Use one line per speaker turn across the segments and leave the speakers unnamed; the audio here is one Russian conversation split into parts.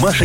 Маша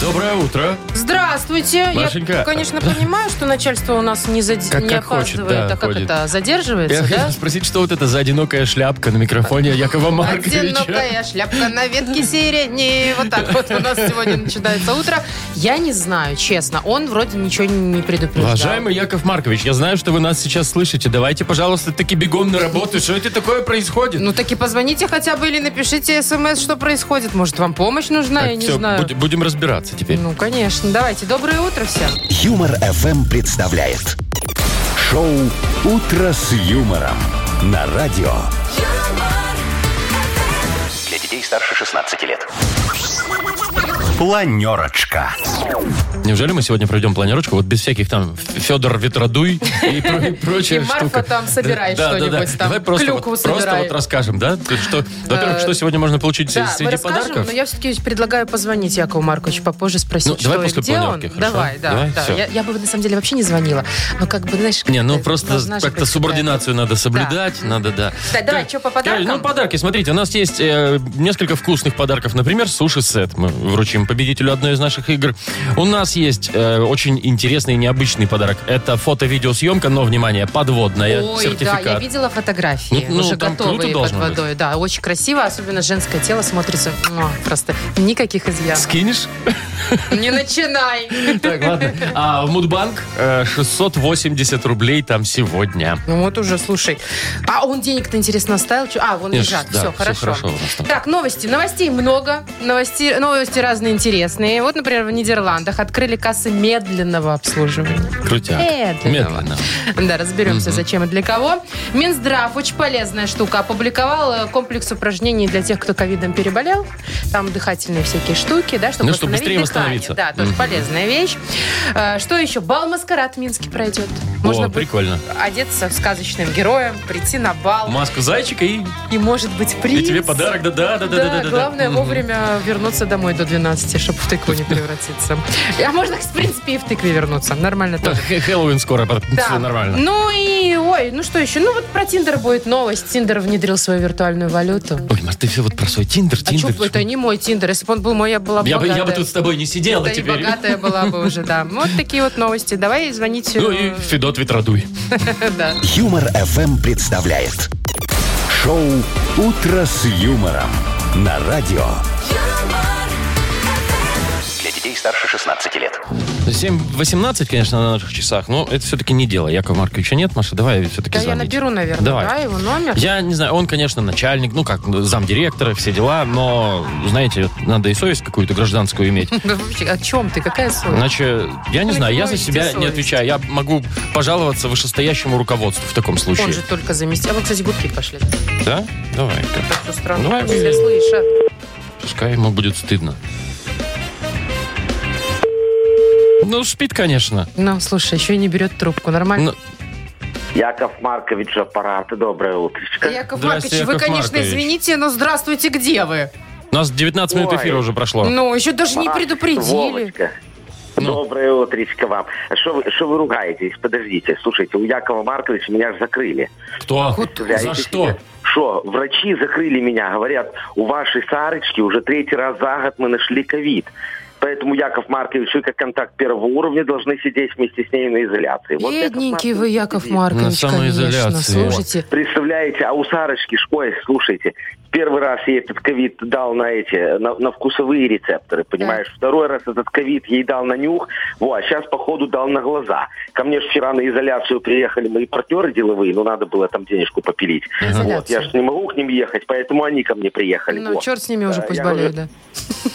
Доброе утро.
Здравствуйте.
Машенька.
Я, конечно, понимаю, что начальство у нас не, зад-
Как-
не
как хочет, да,
опаздывает, а как
ходит.
это,
Я
задерживается,
хотел
да?
спросить, что вот это за одинокая шляпка на микрофоне Якова Марковича?
Одинокая шляпка на ветке сирени. Вот так вот у нас сегодня начинается утро. Я не знаю, честно. Он вроде ничего не предупреждал.
Уважаемый Яков Маркович, я знаю, что вы нас сейчас слышите. Давайте, пожалуйста, таки бегом на работу. Что это такое происходит?
Ну так и позвоните хотя бы или напишите смс, что происходит. Может, вам помощь нужна,
Так,
я не
всё,
знаю.
будь- будем разбираться теперь.
Ну, конечно. Давайте. Доброе утро всем.
Юмор ФМ представляет. Шоу «Утро с юмором» на радио. Для детей старше 16 лет. Планерочка.
Неужели мы сегодня проведем планерочку вот без всяких там Федор Ветродуй и про- и прочая
И Марфа
штука?
там собирай
Да, да,
что-нибудь,
да.
там
Давай просто
клюкву
вот- просто
собирай.
вот расскажем, да? Тут что- Во-первых, что сегодня можно получить
Да, мы
среди
расскажем,
подарков?
но я все-таки предлагаю позвонить Якову Марковичу попозже спросить,
Ну, давай
что и
после
где он.
планерки, хорошо?
Давай, да.
Давай,
да.
всё.
Я, я бы на самом деле вообще не звонила. Но как бы, знаешь,
Не, ну
как-то
просто
должна же
как-то
быть
субординацию надо соблюдать, надо, да.
Так, давай,
Кар-
чё по
Кароль,
подаркам?
Ну, подарки, смотрите, у нас есть э, несколько вкусных подарков. Например, суши-сет мы вручим победителю одной из наших игр. У нас есть э, очень интересный и необычный подарок. Это фото-видеосъемка, но, внимание, подводная,
какая-то. Ой,
сертификат.
да, я видела фотографии,
Ну, ну,
уже
там круто
готовые под
должно
водой. Да, очень красиво, особенно женское тело смотрится муа, просто никаких изъян.
Скинешь?
Не начинай.
Так, ладно. А в Мудбанк э, 680 рублей там сегодня.
Ну вот уже, слушай. А он денег-то, интересно, оставил? Чё- А, вон
Нет,
лежат.
да,
все,
всё
хорошо.
хорошо у нас там.
Так, новости. Новостей много. Новости, новости разные интересные. Вот, например, в Нидерландах открыли кассы медленного обслуживания.
Крутяк.
Медленного.
Медленно.
Да, разберемся, зачем и для кого. Минздрав, очень полезная штука, опубликовал э, комплекс упражнений для тех, кто ковидом переболел. Там дыхательные всякие штуки, да, чтобы
Ну, чтобы
восстановить
быстрее
дыхание.
восстановиться.
Да, тоже
Мгм.
полезная вещь. Э, Что еще? Бал-маскарад в Минске пройдет. Можно
О,
будет
прикольно.
одеться сказочным героем, прийти на бал.
Маску зайчика и,
И может быть
и
приз.
тебе подарок. Да, да, да, да, да, да, да.
главное
Мгм.
вовремя вернуться домой до 12, чтобы в тыкву не превратиться. А можно, в принципе, и в тыкве вернуться. Нормально
Так,
тоже.
Хэ- Хэллоуин скоро, все нормально.
Ну и, ой, ну что еще? Ну вот про Тиндер будет новость. Тиндер внедрил свою виртуальную валюту.
Ой, Маш, ты все вот про свой Тиндер,
А чё
Тиндер.
бы это не мой Тиндер? Если бы он был мой, я была бы
Я бы,
богатая.
я бы тут с тобой не сидела
Да и
теперь.
богатая была бы уже, да. Вот такие вот новости. Давай звоните.
Ну и Федот Ветродуй.
Да.
Юмор ФМ представляет. Шоу «Утро с юмором» на радио. Для детей старше 16 лет.
7.18, конечно, на наших часах, но это все-таки не дело. Якова Марковича нет, Маша, давай все-таки
Да я наберу, наверное,
Давай.
да, его номер.
Я не знаю, он, конечно, начальник, ну как, ну, замдиректора, все дела, но, знаете, надо и совесть какую-то гражданскую иметь.
Да вообще, о чем ты? Какая ссора?
Иначе, я не
Ну,
знаю, я за
совесть Хм. и
себя не
совесть.
отвечаю. Я могу пожаловаться вышестоящему руководству в таком
Он
случае.
же только заместитель. А вот, кстати, гудки пошли.
Да? Давай-ка.
Так что странно.
Давай.
Все слышат.
Пускай ему будет стыдно. Ну, спит, конечно.
Ну, слушай, еще и не берет трубку. Нормально.
Ну,
Яков Маркович, аппарат. Доброе утречко.
Яков
Ну, э, Здрасте,
Маркович, вы,
Яков
конечно,
Маркович.
извините, но здравствуйте, где вы?
у нас 19 минут
Ой.
эфира уже прошло.
Ну, еще даже не
Марк,
предупредили.
Вовочка,
Ну.
Доброе утречко вам. Что вы, шо вы ругаетесь? Подождите, слушайте, у Якова Марковича меня же закрыли.
а
Кто? За
Представляете
что?
себе? Шо, врачи закрыли меня. Говорят, у вашей Сарочки уже третий раз за год мы нашли ковид. Поэтому Яков Маркович, вы как контакт первого уровня должны сидеть вместе с ней на изоляции. Вот Яков
Бедненький вы,
Маркович
Яков
сидит.
На
Маркович, конечно.
самоизоляции.
Слушайте,
Представляете, а у Сарочки, ж, ой, слушайте, первый раз ей этот ковид дал на эти, на, на вкусовые рецепторы, понимаешь? Второй раз этот ковид ей дал на нюх, во, а сейчас, походу, дал на глаза. Ко мне же вчера на изоляцию приехали мои партнеры деловые, ну, надо было там денежку попилить.
Ага.
Вот, я же не могу к ним ехать, поэтому они ко мне приехали.
ну,
во.
черт с ними уже,
Э,
пусть
я
болеют, да.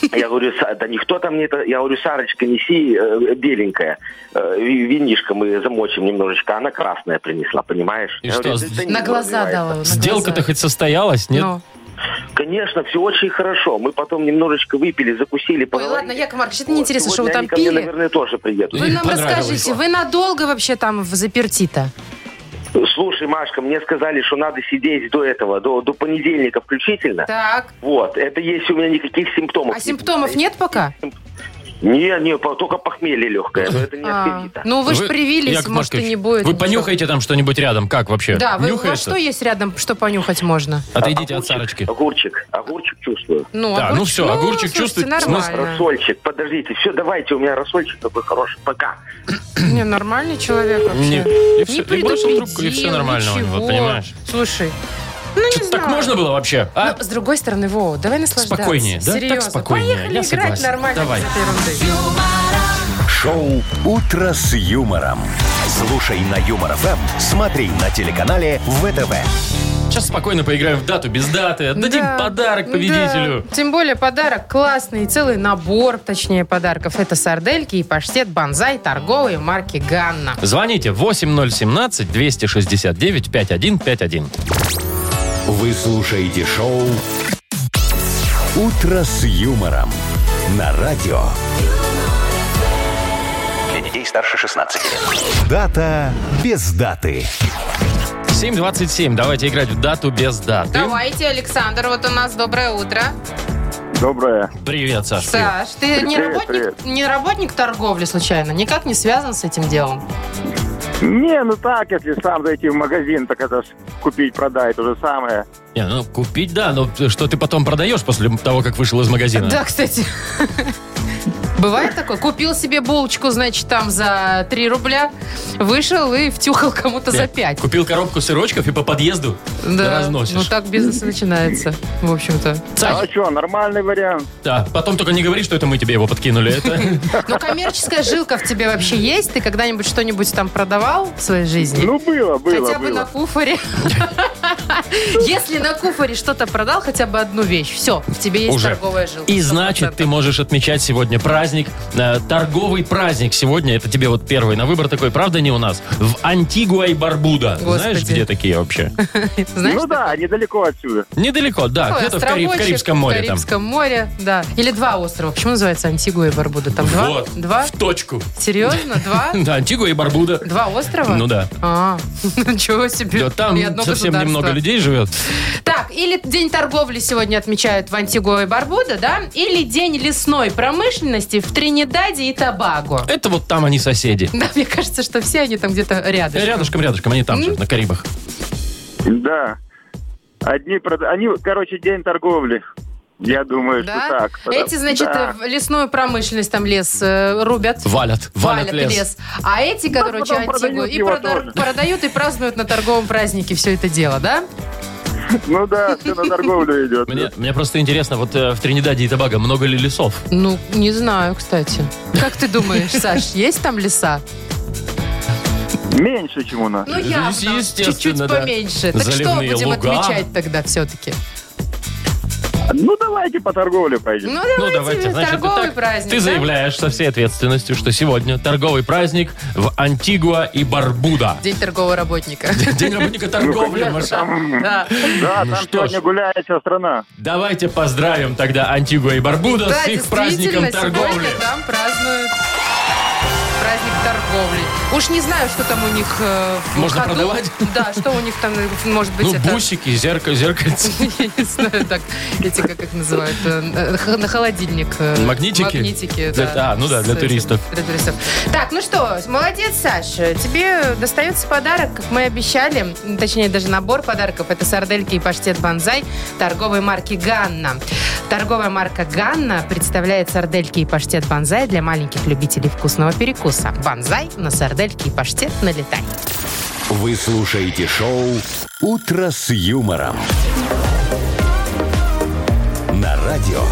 говорю, Я говорю, «Са- да никто там не... это». Я говорю, Сарочка, неси э, беленькое. э, ви- Винишко мы замочим немножечко. Она красная принесла, понимаешь?
И
Я
что,
говорю,
с-
«Да это не
На глаза
развивается».
дала. на
Сделка-то
глаза.
хоть состоялась, нет?
Ну.
Конечно, все очень хорошо. Мы потом немножечко выпили, закусили,
Ой,
поговорили.
ладно, Яков Маркович, это
Вот,
неинтересно, что вы
сегодня
там
они ко мне,
пили.
наверное, тоже приедут.
Вы
Им
нам
понравилось.
расскажите, вы надолго вообще там в заперти-то?
Слушай, Машка, мне сказали, что надо сидеть до этого, до, до понедельника включительно.
Так,
Вот, это если у меня никаких симптомов.
а
не
симптомов нет пока?
будет. Не, не, по- только похмелье легкое, но это не от
А,
ковида.
ну вы же привились,
Яков
может, и
Маркович,
не будет.
Вы
ничего.
понюхаете там что-нибудь рядом? Как вообще?
Да, вы, у вас
Нюхается?
что есть рядом, что понюхать можно?
Отойдите от
Огурчик,
Сарочки.
Огурчик, огурчик чувствую.
Ну,
Да, ну всё, огурчик
слушайте,
чувствует-
Ну,
Нормально.
Рассольчик, подождите, все, давайте, у меня рассольчик такой хороший, пока.
Не, нормальный человек вообще.
Не, и всё, и бросил
предупредил,
трубку, и всё нормально,
ничего.
вот понимаешь.
Слушай, ну не
Чё, так
знаю.
можно было вообще? А?
Ну, с другой стороны, Вова, давай наслаждаться.
Спокойнее, да? Так
Серьезно.
спокойнее,
Поехали
я
играть
согласен.
нормально
Давай.
без этой ерунды.
Шоу «Утро с юмором». Слушай на Юмор ФМ, смотри на телеканале ВТВ.
Сейчас спокойно поиграем в дату, без даты. Отдадим
Да,
подарок победителю.
да. Тем более подарок классный, целый набор, точнее, подарков. Это сардельки и паштет банзай торговой марки «Ганна».
Звоните 8017-269-5151.
Вы слушаете шоу «Утро с юмором» на радио.
Для детей старше 16 лет.
Дата без даты.
7.27. Давайте играть в дату без даты.
Давайте, Александр, вот у нас доброе утро.
Доброе.
Привет, Саш.
Саш, ты не
Привет,
работник,
привет.
не работник торговли случайно? Никак не связан с этим делом?
Не, ну так, если сам зайти в магазин, так это ж купить, продать, то же самое.
Не, ну, купить, да, но что ты потом продаешь после того, как вышел из магазина?
Да, кстати. Бывает такое? Купил себе булочку, значит, там за 3 рубля, вышел и втюхал кому-то за 5.
Купил коробку сырочков и по подъезду разносишь.
ну так бизнес и начинается, в общем-то.
А
Сань,
что, нормальный вариант.
да, потом только не говори, что это мы тебе его подкинули. Это
Ну, коммерческая жилка в тебе вообще есть? Ты когда-нибудь что-нибудь там продавал в своей жизни?
Ну, было, было,
хотя бы
было.
на куфоре. Если на куфоре что-то продал, хотя бы одну вещь, все, в тебе есть
Уже.
торговая жилка.
И значит, ты можешь отмечать сегодня праздник, э, торговый праздник сегодня. Это тебе вот первый на выбор такой, правда, не у нас? В Антигуа и Барбуда.
Господи.
Знаешь, где такие вообще?
Знаешь,
ну да, недалеко отсюда.
Недалеко, да,
Такой
А где-то в, Кари- в
островочек
Карибском море
в
там.
Карибском море, да. Или два острова. Почему называется Антигуа и Барбуда? Там два?
Вот,
Два?
в точку.
Серьезно? Два?
Да, Антигуа и Барбуда.
Два острова?
Ну да.
А, ничего себе.
Да, там
И одно
совсем
государство.
немного людей живет.
Так, или День торговли сегодня отмечают в Антигуа и Барбуда, да? Или День лесной промышленности в Тринидаде и Тобаго.
Это вот там они соседи.
Да, мне кажется, что все они там где-то рядом.
Рядышком, рядышком, они там же, на Карибах.
Да. Одни, прод- они, короче, день торговли. Я думаю, что
Да?
Э, так.
Эти, значит,
Да.
э, в лесную промышленность там лес э, рубят.
Валят, валят лес.
А эти, короче,
потом
Антигуа,
продают
и
его
продар-
тоже.
продают и празднуют на торговом празднике все это дело, да?
Ну да, все на торговлю идет.
Мне, мне просто интересно, вот э, в Тринидаде и Тобаго много ли лесов?
Ну, не знаю, кстати. Как ты думаешь, Саш, есть там леса?
Меньше, чем у нас.
Ну,
Е-
явно.
естественно,
Чуть-чуть
да.
поменьше. Так что
Заливные
будем
луга.
отмечать тогда все-таки?
Ну давайте по торговле пойдем.
Ну, давайте,
значит,
торговый
итак,
праздник.
Ты
да?
заявляешь со всей ответственностью, что сегодня торговый праздник в Антигуа и Барбуда.
День торгового работника.
День работника торговли, Маша.
Да.
Да,
Ну
там
что ж.
сегодня гуляет вся страна.
Давайте поздравим тогда Антигуа и Барбуда
Да,
с их праздником
действительно,
торговли.
сегодня там празднуют праздник торговли. Уж не знаю, что там у них э, в
Можно
ходу.
продавать?
Да, что у них там, э, может быть,
Ну,
это...
бусики, зеркало, зеркальце.
Я не знаю, так, эти, как их называют, э, э, х- на холодильник. э,
Магнитики?
Магнитики,
Для-
да.
а, ну да, для
С этим,
туристов.
Для туристов. Так, ну что, молодец, Саша. Тебе достается подарок, как мы и обещали, м, точнее, даже набор подарков. Это сардельки и паштет банзай торговой марки «Ганна». Торговая марка «Ганна» представляет сардельки и паштет банзай для маленьких любителей вкусного перекуса. Банзай на сардельки и паштет налетай.
Вы слушаете шоу «Утро с юмором». На радио.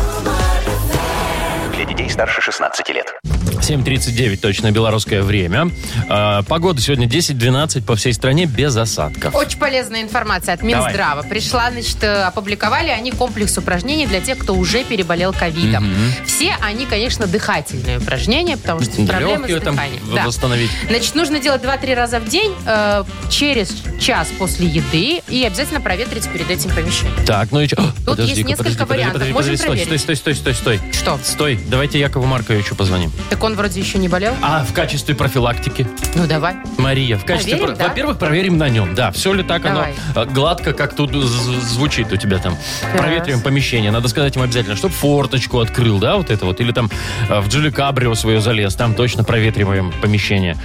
Для детей старше 16 лет.
7.39 точно белорусское время. А, погода сегодня 10-12 по всей стране без осадков.
Очень полезная информация от
Давай.
Минздрава. Пришла, значит, э, опубликовали они комплекс упражнений для тех, кто уже переболел ковидом. Все они, конечно, дыхательные упражнения, потому что
Да,
проблемы
легкие
с
там
дыханием.
в-
Да.
восстановить.
Значит, нужно делать 2-3 раза в день э, через час после еды и обязательно проветрите перед этим помещение.
Так, ну и что?
Тут есть несколько вариантов.
стой,
Можем
стой,
проверить.
стой, стой, стой, стой.
Что?
Стой, давайте Якову Марковичу позвоним.
Так он вроде еще не болел?
А, в качестве профилактики.
Ну давай.
Мария, в качестве...
Проверим,
про-
да?
Во-первых, проверим на нем, да. Все ли так оно э, гладко, как тут з- з- звучит у тебя там. Проветриваем помещение. Надо сказать им обязательно, чтобы форточку открыл, да, вот это вот. Или там э, в Джили Кабрио свое залез. Там точно проветриваем помещение.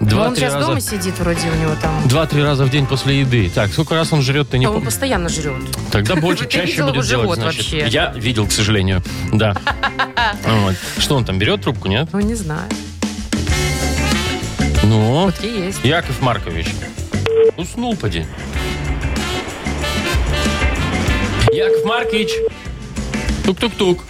Ну, он
Два-три
сейчас дома
раза...
сидит вроде у него там.
Два-три раза в день после еды. Так, сколько раз он жрет, ты не
он
помнишь?
постоянно жрет.
Тогда больше,
Ну, Ты
чаще
видел
будет
его
делать,
живот
значит.
вообще?
Я видел, к сожалению, да. Вот. Что он там, берет трубку, нет?
Ну не знаю.
Ну,
Вот и есть.
Яков Маркович. Уснул, поди. Яков Маркович. Тук-тук-тук.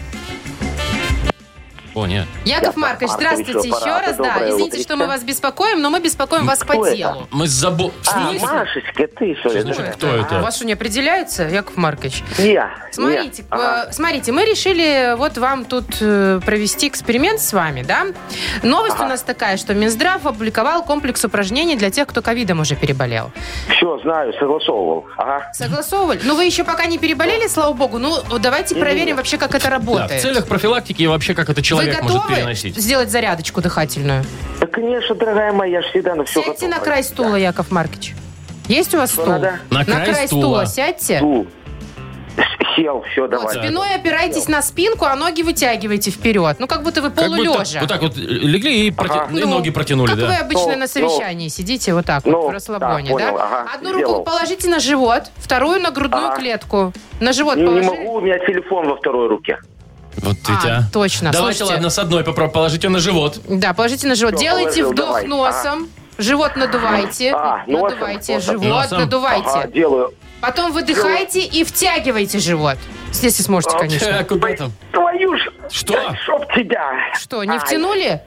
О, нет.
Яков Маркович,
Маркович,
здравствуйте
пора.
еще раз. Да,
Доброе
извините,
утречко.
что мы вас беспокоим, но мы беспокоим вас
кто
по
это?
делу.
Мы с забо...
А,
В смысле?
Машечка, ты, что ли?
Значит,
да?
кто
А у
это?
вас что, не определяется, Яков Маркович?
Я.
Смотрите,
я. Ага.
э, смотрите, мы решили вот вам тут э, провести эксперимент с вами, да? Новость у нас такая, что Минздрав опубликовал комплекс упражнений для тех, кто ковидом уже переболел.
Все, знаю, согласовывал. Ага.
Согласовывали? Ну, вы еще пока не переболели, слава богу. Ну, давайте проверим вообще, как это
Да, в
работает.
целях профилактики и вообще, как это
вы
человек может
готовы
переносить.
сделать зарядочку дыхательную?
Да, конечно, дорогая моя, я же всегда на все
сядьте на край стула, Яков Маркович. Есть у вас
Что
стул?
надо?
На край стула.
сядьте.
Сел, все,
Вот,
давай.
спиной опирайтесь на спинку, а ноги вытягиваете вперед. Ну, как будто вы
Как будто
полулежа.
Вот так вот э, легли и, проти-
Ага.
и
Ну,
ноги протянули,
Как вы
да.
обычно
Ну,
на совещании сидите вот так
Ну,
вот в расслабоне,
да, понял,
да?
ага,
Одну
сделал.
руку положите на живот, вторую на грудную
Ага.
клетку. На живот
Не, не
положили.
могу, у меня телефон во второй руке.
Вот ведь,
А,
а.
точно,
Давайте,
слушайте.
ладно, с одной попробуем положить ее на живот.
Да, положите на живот.
Всё,
Делайте
положил,
вдох
давай.
носом. Живот надувайте,
А, носом,
надувайте
носом.
живот,
Носом.
надувайте.
Ага, делаю.
Потом выдыхайте и втягивайте живот. Если сможете,
А,
Э,
конечно.
Куда
Ой,
там?
Твою ж...
Что?
Да, Чтоб тебя.
Что, не
Ай,
втянули?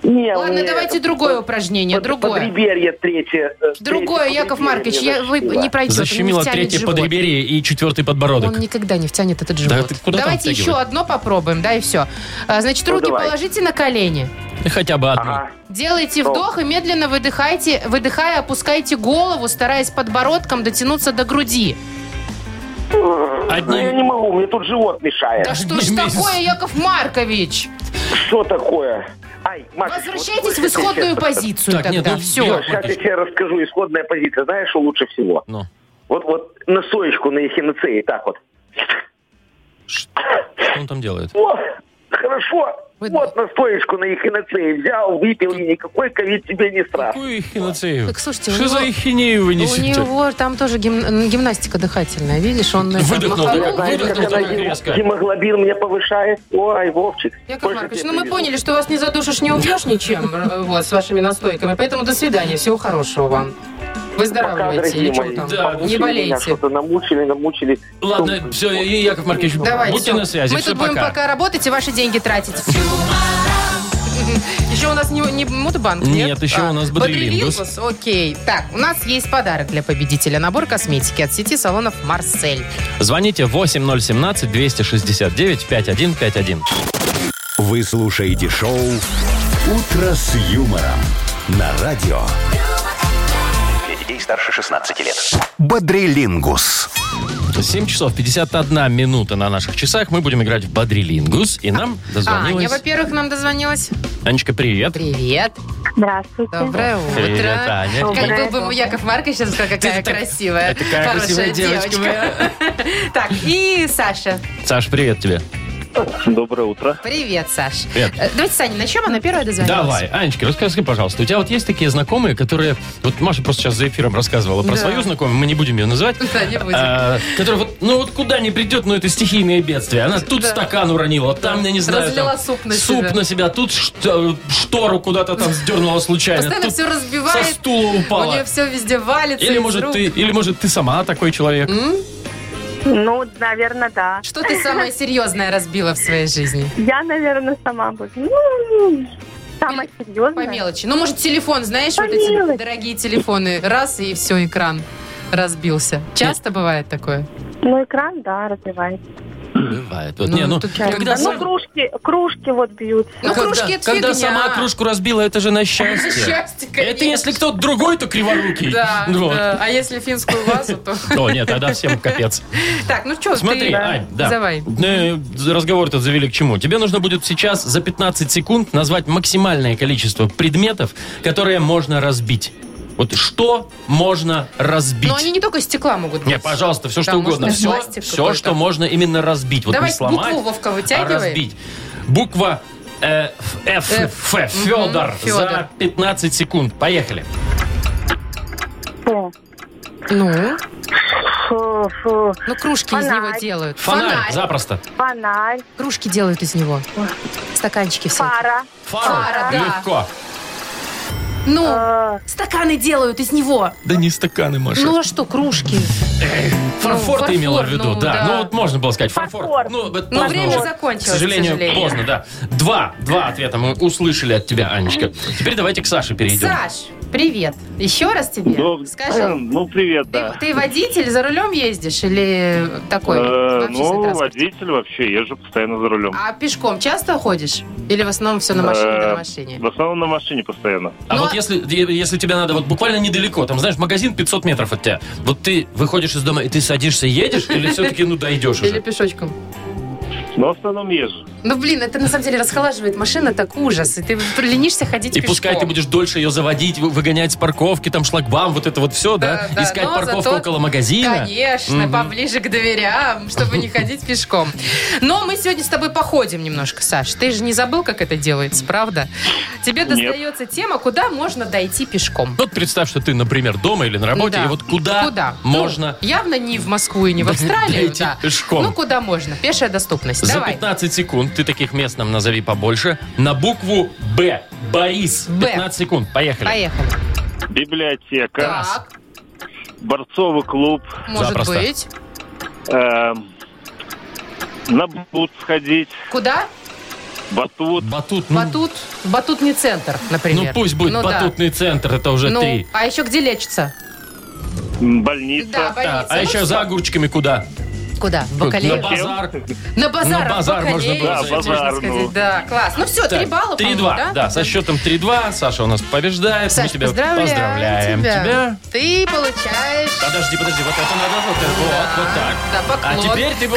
Не,
Ладно,
мне
давайте
это-
другое упражнение,
под-
другое.
Подреберье третье. э,
Другое,
третье
Яков
подреберье
Маркович,
мне
я- вы
зашило.
не пройдете, он не
Защемило
втянет
третье
живот.
подреберье и четвертый подбородок.
Он никогда не втянет этот живот.
Да ты куда там
Давайте
втягивать?
еще одно попробуем, да, и все. А, Значит,
Ну,
руки
давай.
положите на колени.
Да Хотя бы одну.
Ага.
Делайте вдох и медленно выдыхайте, выдыхая, опускайте голову, стараясь подбородком дотянуться до груди.
Ну, я не
Одним.
могу, мне тут живот мешает.
Да что ж
Одним из-
такое, Яков Маркович?
Что такое? Ай, Машечка, вот
Возвращайтесь в
слышишь,
исходную
сейчас-
позицию
Так, нет,
тогда.
ну,
все.
Яков
Сейчас я тебе расскажу исходная позиция. Знаешь, что лучше всего?
Ну.
Вот, вот на соечку, на эхиноцее, так вот.
Ш- Что он там делает?
О, хорошо.
Вы-
Вот на стоечку на эхиноцее взял, выпил, и никакой ковид тебе не страшно.
Какую эхинацею?
Так, слушайте, у
Что за
него-
эхинею вы
У
несете?
него там тоже гим- гимнастика дыхательная, видишь, он... это,
Выдохнул,
махал
да,
рукой.
Знаете,
выдохнул.
как она
так резко.
гем- гемоглобин мне повышает? Ой, Вовчик.
Яков
больше
Маркович,
тебе
ну мы
повезло.
поняли, что вас не задушишь, не убьешь ничем, э, вот, с вашими настойками. Поэтому до свидания, всего хорошего вам.
Пока,
Выздоравливайте или
дорогие
что
мои,
там.
Да,
помучили
не
меня,
болейте.
Что-то намучили, намучили.
Ладно,
Ну,
все, и Яков Маркович,
Давайте.
будьте на связи.
Мы
все,
тут будем пока работать и ваши деньги тратить. Еще у нас не, не мудбанк, нет? А,
Нет, еще у нас
Бодрилингус,
Бодрилингус.
Окей. Так, у нас есть подарок для победителя. Набор косметики от сети салонов «Марсель».
Звоните 8017-269-5151.
Вы слушаете шоу «Утро с юмором» на радио
Для детей старше 16 лет.
«Бодрилингус».
7 часов 51 минута на наших часах. Мы будем играть в Бодрилингус. И нам
Аня,
дозвонилась...
А, во-первых, нам дозвонилась.
Анечка, привет.
Привет.
Здравствуйте.
Доброе утро.
Привет, Аня.
Как
Доброе
был бы Яков Маркович, сейчас сказал,
Ты
какая
так-
красивая.
ты такая
Хорошая
красивая девочка
Так, и Саша.
Саш, привет тебе.
Доброе утро.
Привет, Саш.
Привет.
Э, Давайте, Саня, начнем, она первая дозвонилась.
Давай, Анечка, расскажи, пожалуйста, у тебя вот есть такие знакомые, которые... Вот Маша просто сейчас за эфиром рассказывала про
Да.
свою знакомую, мы не будем ее называть.
Да, не будем.
А, Которая вот, ну вот куда не придет, ну это стихийное бедствие. Она тут
Да.
стакан уронила, там, я не знаю... там
Разлила суп на себя.
Суп на себя, тут шт- штору куда-то там сдернула случайно.
Постоянно
тут
все разбивает.
Со стула
У
упала.
нее все везде валится.
Или
из
может,
рук.
ты, или может ты сама такой человек?
Ну, наверное, да.
Что ты самое серьезное разбила в своей жизни?
Я, наверное, сама буду. Ну, самое
По
серьезное.
мелочи. Ну, может, телефон, знаешь,
По
вот эти
мелочи.
дорогие телефоны. Раз, и все, экран разбился. Часто бывает такое?
Ну, экран, да, развивается.
Бывает. Вот, не,
Ну,
ну,
тут
когда,
прям-
сам-
Ну, кружки, кружки вот бьют.
Ну,
когда-
кружки это
когда
фигня.
сама кружку разбила, это же на счастье.
Счастье,
Это
конечно.
если кто-то другой, то криворукий.
Да,
Вот.
да. А если финскую вазу, то...
О, нет, тогда всем капец.
Так, ну что,
Смотри,
ты...
Ань, да.
Давай.
Э, разговор этот завели к чему? Тебе нужно будет сейчас за 15 секунд назвать максимальное количество предметов, которые можно разбить. Вот что можно разбить?
Но Ну, они не только из стекла могут быть.
Не, пожалуйста, все что
Да,
угодно.
может,
Все,
пластик
все
какой-то.
что можно именно разбить. Вот
Давай
не сломать,
букву, Вовка,
а
вытягивай.
разбить. Буква э, F,
F.
F, Федор,
Мгм,
за
Фёдор.
15 секунд. Поехали.
Фу.
Ну,
Фу, фу.
ну кружки из
Фонарь.
него делают.
Фонарь, запросто.
Фонарь,
Кружки делают из него. Стаканчики все.
пара,
Фара,
Фара, да.
легко.
Ну,
э,
стаканы делают из него.
Да не стаканы, Маша.
Ну а что, кружки?
Фарфор
Ну,
ты имела в
фарфор,
виду,
ну,
да.
да.
Ну вот можно было сказать фарфор.
Фарфор.
Ну, вот
Ну,
поздно
время
уже.
закончилось,
К сожалению,
к сожалению.
поздно, да. Два, два ответа мы услышали от тебя, Анечка. Теперь давайте к Саше перейдем.
Саш, привет. Еще раз тебе.
Ну,
Скажи,
ну, привет,
ты,
да.
ты водитель, за рулем ездишь или такой?
Э,
вообще
ну,
садас?
водитель вообще, езжу постоянно за рулем.
А пешком часто ходишь? Или в основном все на машине, да
Э,
на машине?
В основном на машине постоянно.
А
Ну,
вот
а-
если, если тебе надо вот буквально недалеко, там, знаешь, магазин 500 метров от тебя, вот ты выходишь из дома и ты садишься и едешь, или все-таки, ну, дойдешь
Или
уже?
пешочком?
Но в основном езжу.
Ну, блин, это на самом деле расхолаживает машина, так ужас. И ты ленишься ходить
И
пешком.
пускай ты будешь дольше ее заводить, вы- выгонять с парковки, там шлагбаум, вот это вот все, да?
Да, да,
Искать
но
парковку
зато-
около магазина.
Конечно,
Мгм.
поближе к дверям, чтобы не ходить пешком. Но мы сегодня с тобой походим немножко, Саш. Ты же не забыл, как это делается, правда? Тебе
Нет.
достается тема, куда можно дойти пешком.
Вот представь, что ты, например, дома или на работе,
Да.
и вот куда,
Куда?
можно
Ну, явно не в Москву и не в
Д-
Австралию.
дойти
да.
пешком.
Ну, куда можно? Пешая доступность.
За
Давай.
15 секунд, ты таких мест нам назови побольше, на букву «Б». Борис.
«Б».
15 секунд, поехали.
Поехали.
Библиотека,
Так,
борцовый клуб,
может
Запросто.
быть.
э, на бут сходить,
Куда?
батут.
Батут. ну,
Батут. Батутный центр,
Ну,
например.
пусть будет
Ну, да.
батутный центр, это уже
Ну,
три.
а еще где лечится?
М, Больница.
Да,
Да,
больница.
а еще за огурчиками куда?
Куда? В Бакалею?
На базар.
На базар,
На базар
в Бакалее,
можно было
Да,
можно
базар,
сказать.
ну.
Да, класс. Ну все, три балла, по-моему,
3-2, да? со счетом 3-2. Саша у нас побеждает.
Саш,
Мы тебя
поздравляем,
поздравляем.
тебя.
тебя.
Ты получаешь...
Подожди, подожди, вот это надо, вот это, вот, вот так.
Да,
А
поклон.
теперь ты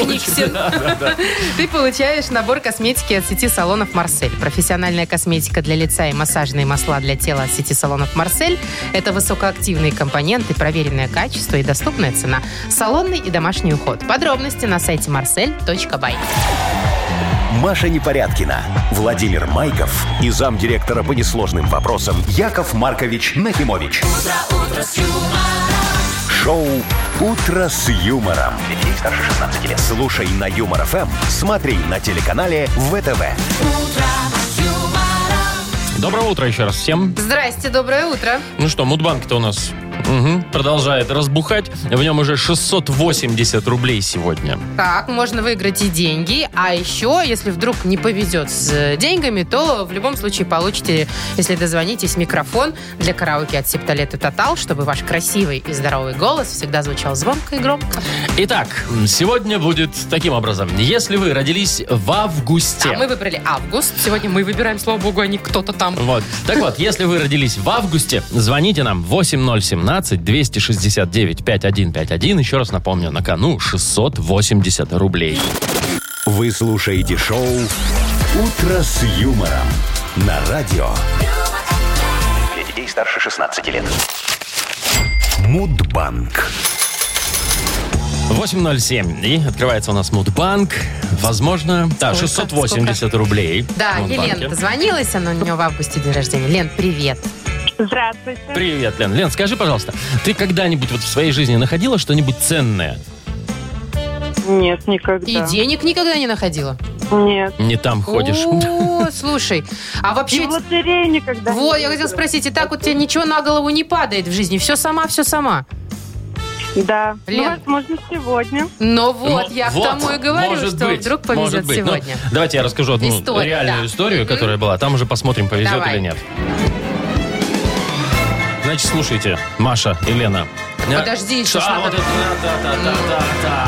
Книксен.
Да, да, да.
Ты получаешь набор косметики от сети салонов «Марсель». Профессиональная косметика для лица и массажные масла для тела от сети салонов «Марсель» – это высокоактивные компоненты, проверенное качество и доступная цена. Салонный и домашний уход. Подробности на сайте marsel.by.
Маша Непорядкина, Владимир Майков и замдиректора по несложным вопросам Яков Маркович Нахимович. Шоу Утро с юмором. Детей старше 16 лет. Слушай на юмор ФМ, смотри на телеканале ВТВ.
Доброе утро еще раз всем.
Здрасте, доброе утро.
Ну что, Мудбанк-то у нас мгм, продолжает разбухать. В нем уже 680 рублей сегодня.
Так, можно выиграть и деньги. А еще, если вдруг не повезет с э, деньгами, то в любом случае получите, если дозвонитесь, микрофон для караоке от Септолет и Тотал, чтобы ваш красивый и здоровый голос всегда звучал звонко и громко.
Итак, сегодня будет таким образом. Если вы родились в августе...
А мы выбрали август. Сегодня мы выбираем, слава богу, а не кто-то там.
Вот. Так вот, если вы родились в августе, звоните нам 8017-269-5151. Еще раз напомню, на кону 680 рублей.
Вы слушаете шоу Утро с юмором на радио
Для детей старше 16 лет.
Мудбанк.
8.07. И открывается у нас Мудбанк. Возможно, да,
Сколько?
680
Сколько?
рублей.
Да,
в Мудбанке.
Елена дозвонилась, она у нее в августе день рождения. Лен, привет.
Здравствуйте.
Привет, Лен. Лен, скажи, пожалуйста, ты когда-нибудь вот в своей жизни находила что-нибудь ценное?
Нет, никогда.
И денег никогда не находила.
Нет.
Не там ходишь. Ну,
О, слушай, а вообще...
И в лотерее никогда.
Вот,
не
я хотела
выиграла.
спросить, и так вот тебе ничего на голову не падает в жизни? Все сама, все сама.
Да.
Лен.
Ну, возможно, сегодня.
Но вот, я
вот,
к тому и говорю,
может
что
быть,
вдруг
может
повезет
быть. Ну,
сегодня.
давайте я расскажу одну
История,
реальную
да.
историю,
Мгм.
которая была. Там уже посмотрим, повезет
Давай.
или нет. Значит, слушайте, Маша и Лена.
Подожди, еще ж
а,
надо-
вот это, да, да, да, да, да, да.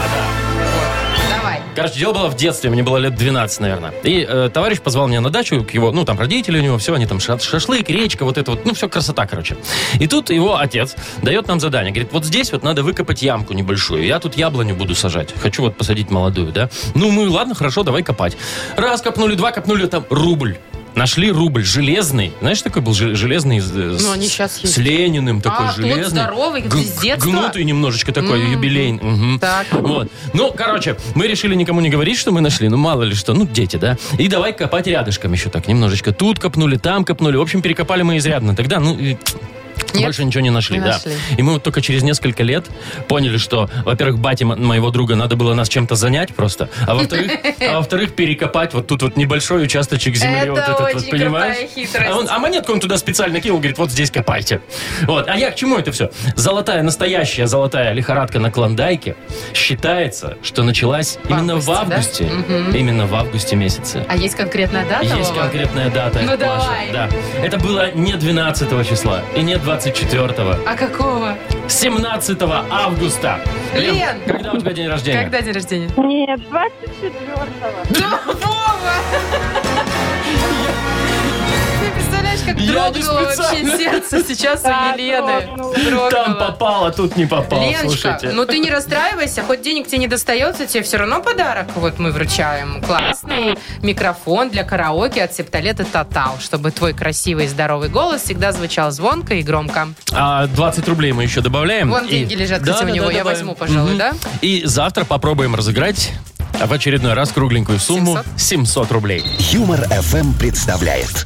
Давай. Давай.
Короче, дело было в детстве, мне было лет 12, наверное. И э, товарищ позвал меня на дачу, к его, ну, там родители у него, все, они там ша- шашлык, речка, вот это вот, ну, все красота, короче. И тут его отец дает нам задание, говорит, вот здесь вот надо выкопать ямку небольшую, я тут яблоню буду сажать, хочу вот посадить молодую, да. Ну, мы, ладно, хорошо, давай копать. Раз копнули, два копнули, там рубль. Нашли рубль железный. Знаешь, такой был же- железный с-
Ну, они
с-
щас есть.
с Лениным такой
А, тот
железный.
здоровый,
Г-
с детства?
Гнутый немножечко такой, юбилейный. Мгм.
Так.
Вот. Ну, короче, мы решили никому не говорить, что мы нашли. Ну, мало ли что. Ну, дети, да. И давай копать рядышком еще так немножечко. Тут копнули, там копнули. В общем, перекопали мы изрядно. Тогда, ну, и
Нет,
больше ничего не нашли,
не
да.
нашли.
И мы вот только через несколько лет поняли, что, во-первых, бате мо- моего друга надо было нас чем-то занять просто, а во-вторых, а во-вторых, перекопать вот тут вот небольшой участочек земли.
Это
вот этот вот,
очень
понимаешь?
крутая хитрость.
А, он- а монетку он туда специально кинул, говорит, вот здесь копайте. Вот. А я к чему это все? Золотая, настоящая золотая лихорадка на Клондайке считается, что началась именно в
августе,
августе. Именно в августе месяце.
А есть конкретная дата?
Есть
Вова?
конкретная дата.
Ну
Маша,
давай.
Да. Это было не 12 числа и не 24.
А какого?
17 августа.
Лен,
когда у тебя день рождения?
Когда день рождения?
Нет, 24-го.
Да, Вова! Ты представляешь, как
Я не
дрогнуло вообще
специально.
сердце сейчас у
Да,
Елены.
дрогнуло.
Там
Дрогнуло.
попало, тут не попало.
Леночка,
слушайте.
ну ты не расстраивайся, хоть денег тебе не достается, тебе все равно подарок вот мы вручаем. Классный микрофон для караоке от септолета Тотал, чтобы твой красивый и здоровый голос всегда звучал звонко и громко.
А 20 рублей мы еще добавляем.
Вон деньги лежат, кстати, у него, я
добавим.
возьму, пожалуй,
Мгм.
да?
И завтра попробуем разыграть в очередной раз кругленькую сумму 700, рублей.
Юмор FM представляет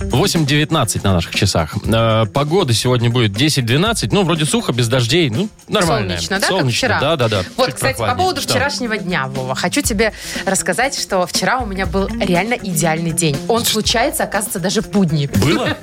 8.19 на наших часах. Э, погода сегодня будет 10-12, ну, вроде сухо, без дождей, ну, нормально.
Солнечно, да, как
Солнечно,
вчера?
да, да, да.
Вот,
Чуть
кстати, по
прохладнее.
поводу
Что?
вчерашнего дня, Вова, хочу тебе рассказать, что вчера у меня был реально идеальный день. Он случается, оказывается, даже в будни.
Было?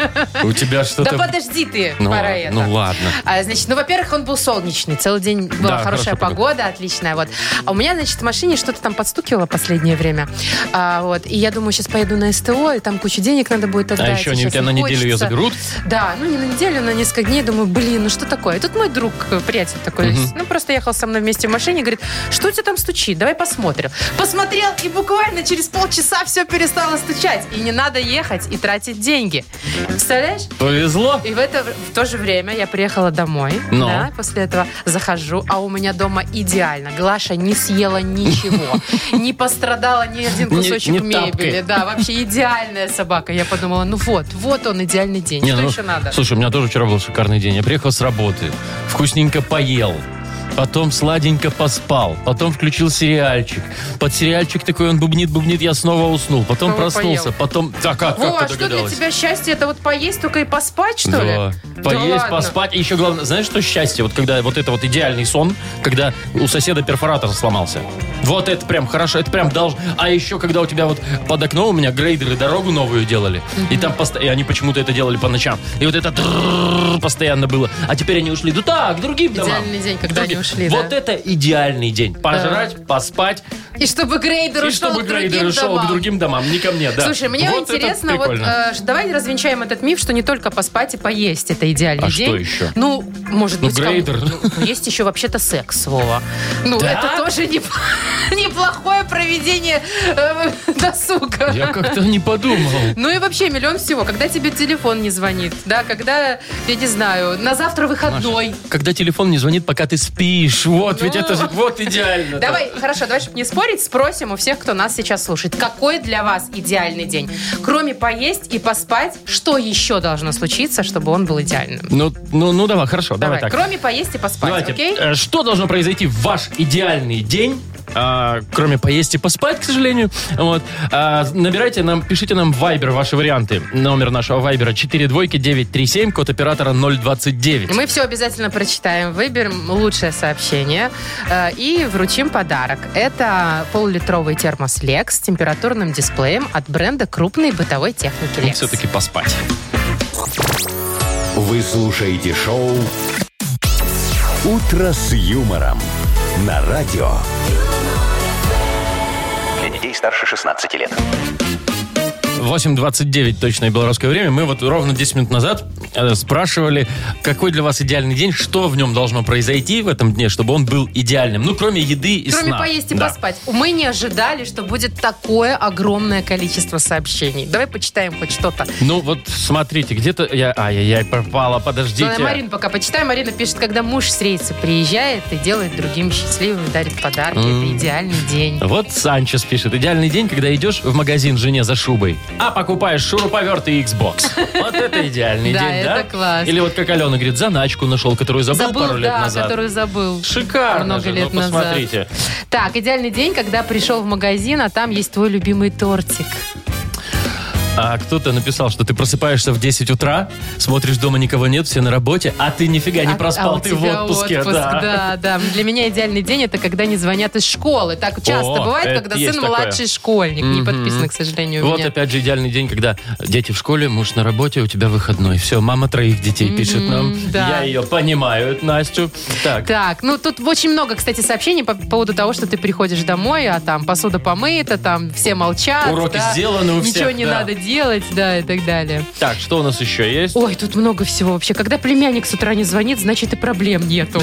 У тебя
Да
что-то...
подожди ты,
Ну,
пора
ладно,
это.
ну, ладно.
А, значит, ну, во-первых, он был солнечный. Целый день была
Да,
хорошая
хорошая погода.
погода, отличная. Вот. А у меня, значит, в машине что-то там подстукивало последнее время. А, вот. И я думаю, сейчас поеду на СТО, и там кучу денег надо будет
А
отдать.
еще они
сейчас
у тебя
не
на неделю ее
хочется.
заберут?
Да, ну не на неделю, на несколько дней. Думаю, блин, ну что такое? И тут мой друг, э, приятель такой, ну просто ехал со мной вместе в машине, говорит, что у тебя там стучит? Давай посмотрим. Посмотрел, и буквально через полчаса все перестало стучать. И не надо ехать и тратить деньги. Представляешь?
Повезло.
И в, это, в то же время я приехала домой.
Но.
Да, после этого захожу, а у меня дома идеально. Глаша не съела ничего. Не пострадала ни один
Не-
кусочек
не
мебели.
тапкой.
Да, вообще идеальная собака. Я подумала, ну вот, вот он идеальный день.
Не,
Что
ну,
еще надо?
Слушай, у меня тоже вчера был шикарный день. Я приехал с работы, вкусненько поел. Потом сладенько поспал, потом включил сериальчик. Под сериальчик такой он бубнит, бубнит, я снова уснул. Потом
Снова
проснулся,
поел.
потом... Да как,
Во,
как
а
ты
что для
догадалась?
тебя счастье? Это вот поесть только и поспать, что ли?
Да.
Да
Поесть,
ладно.
поспать. И еще главное, знаешь, что счастье? Вот когда вот это вот идеальный сон, когда у соседа перфоратор сломался. Вот это прям хорошо, это прям должно. А еще когда у тебя вот под окно у меня грейдеры дорогу новую делали. И там пост- и они почему-то это делали по ночам. И вот это трррррр постоянно было. А теперь они ушли. Ну так, к другим домам.
Идеальный день, когда
Другим.
они ушли,
Вот
да.
это идеальный день. Пожрать, поспать.
И чтобы грейдер
И
ушел
чтобы
к
грейдер
другим
ушел к
домам.
другим домам, не ко мне, да.
Слушай, мне
Вот это
интересно, вот
прикольно.
э, ш- давай развенчаем этот миф, что не только поспать и поесть это идеальный
А
день.
что еще?
Ну, может
Ну,
быть, кому-
грейдер.
Ну, Есть еще вообще-то секс, Вова. Ну,
Да?
это тоже не- неплохое проведение э, досуга.
Я как-то не подумал.
Ну и вообще миллион всего. Когда тебе телефон не звонит, да, когда, я не знаю, на завтра выходной.
Когда телефон не звонит, пока ты спишь. Вот, ведь
Ну.
это же вот идеально.
Давай, хорошо, давай, чтобы не спорить, спросим у всех, кто нас сейчас слушает. Какой для вас идеальный день? Кроме поесть и поспать, что еще должно случиться, чтобы он был идеальным?
Ну, ну, ну давай, хорошо, давай, так.
Кроме поесть и поспать,
Давайте.
окей?
Э, Что должно произойти в ваш идеальный день? а, кроме поесть и поспать, к сожалению. Вот. А, набирайте нам, пишите нам в Viber ваши варианты. Номер нашего Вайбера 4 двойки 937, код оператора 029.
И Мы все обязательно прочитаем, выберем лучшее сообщение э, и вручим подарок. Это полулитровый термос Lex с температурным дисплеем от бренда крупной бытовой техники
Ну,
Lex.
Все-таки поспать.
Вы слушаете шоу Утро с юмором на радио.
Для детей старше 16 лет.
8.29 точное белорусское время. Мы вот ровно 10 минут назад э, спрашивали, какой для вас идеальный день, что в нем должно произойти в этом дне, чтобы он был идеальным. Ну, кроме еды и
Кроме
сна.
поесть и
Да.
поспать. Мы не ожидали, что будет такое огромное количество сообщений. Давай почитаем хоть что-то.
Ну, вот смотрите, где-то я... Ай-яй-яй, пропала, подождите.
Марин, Марину пока почитаем. Э, Марина пишет, когда муж с рейса приезжает и делает другим счастливым, дарит подарки. Это идеальный день.
Вот Санчес пишет. Идеальный день, когда идешь в магазин жене за шубой, а покупаешь шуруповерт и Xbox. Вот это идеальный день,
Да,
да?
это класс.
Или вот как Алена говорит, заначку нашел, которую забыл пару лет
да,
назад.
которую забыл.
Шикарно
Много
же,
лет
ну,
назад.
посмотрите.
Так, идеальный день, когда пришел в магазин, а там есть твой любимый тортик.
А кто-то написал, что ты просыпаешься в 10 утра, смотришь, дома никого нет, все на работе, а ты нифига не
А-
проспал,
а у
ты в
тебя
отпуске.
отпуск,
да.
да, да. Для меня идеальный день это когда не звонят из школы. Так часто
О,
бывает,
это
когда
есть
сын
такое.
младший школьник. Не
Мгм.
подписано, к сожалению, у
Вот
меня.
опять же идеальный день, когда дети в школе, муж на работе, у тебя выходной. Все, мама троих детей пишет нам.
да.
Я ее понимаю, это Настю. Так.
Так, ну тут очень много, кстати, сообщений по поводу того, что ты приходишь домой, а там посуда помыта, там все молчат.
Уроки
да,
сделаны у
Ничего
всех,
не
да.
надо делать, да, и так далее.
Так, что у нас еще есть?
Ой, тут много всего вообще. Когда племянник с утра не звонит, значит и проблем нету.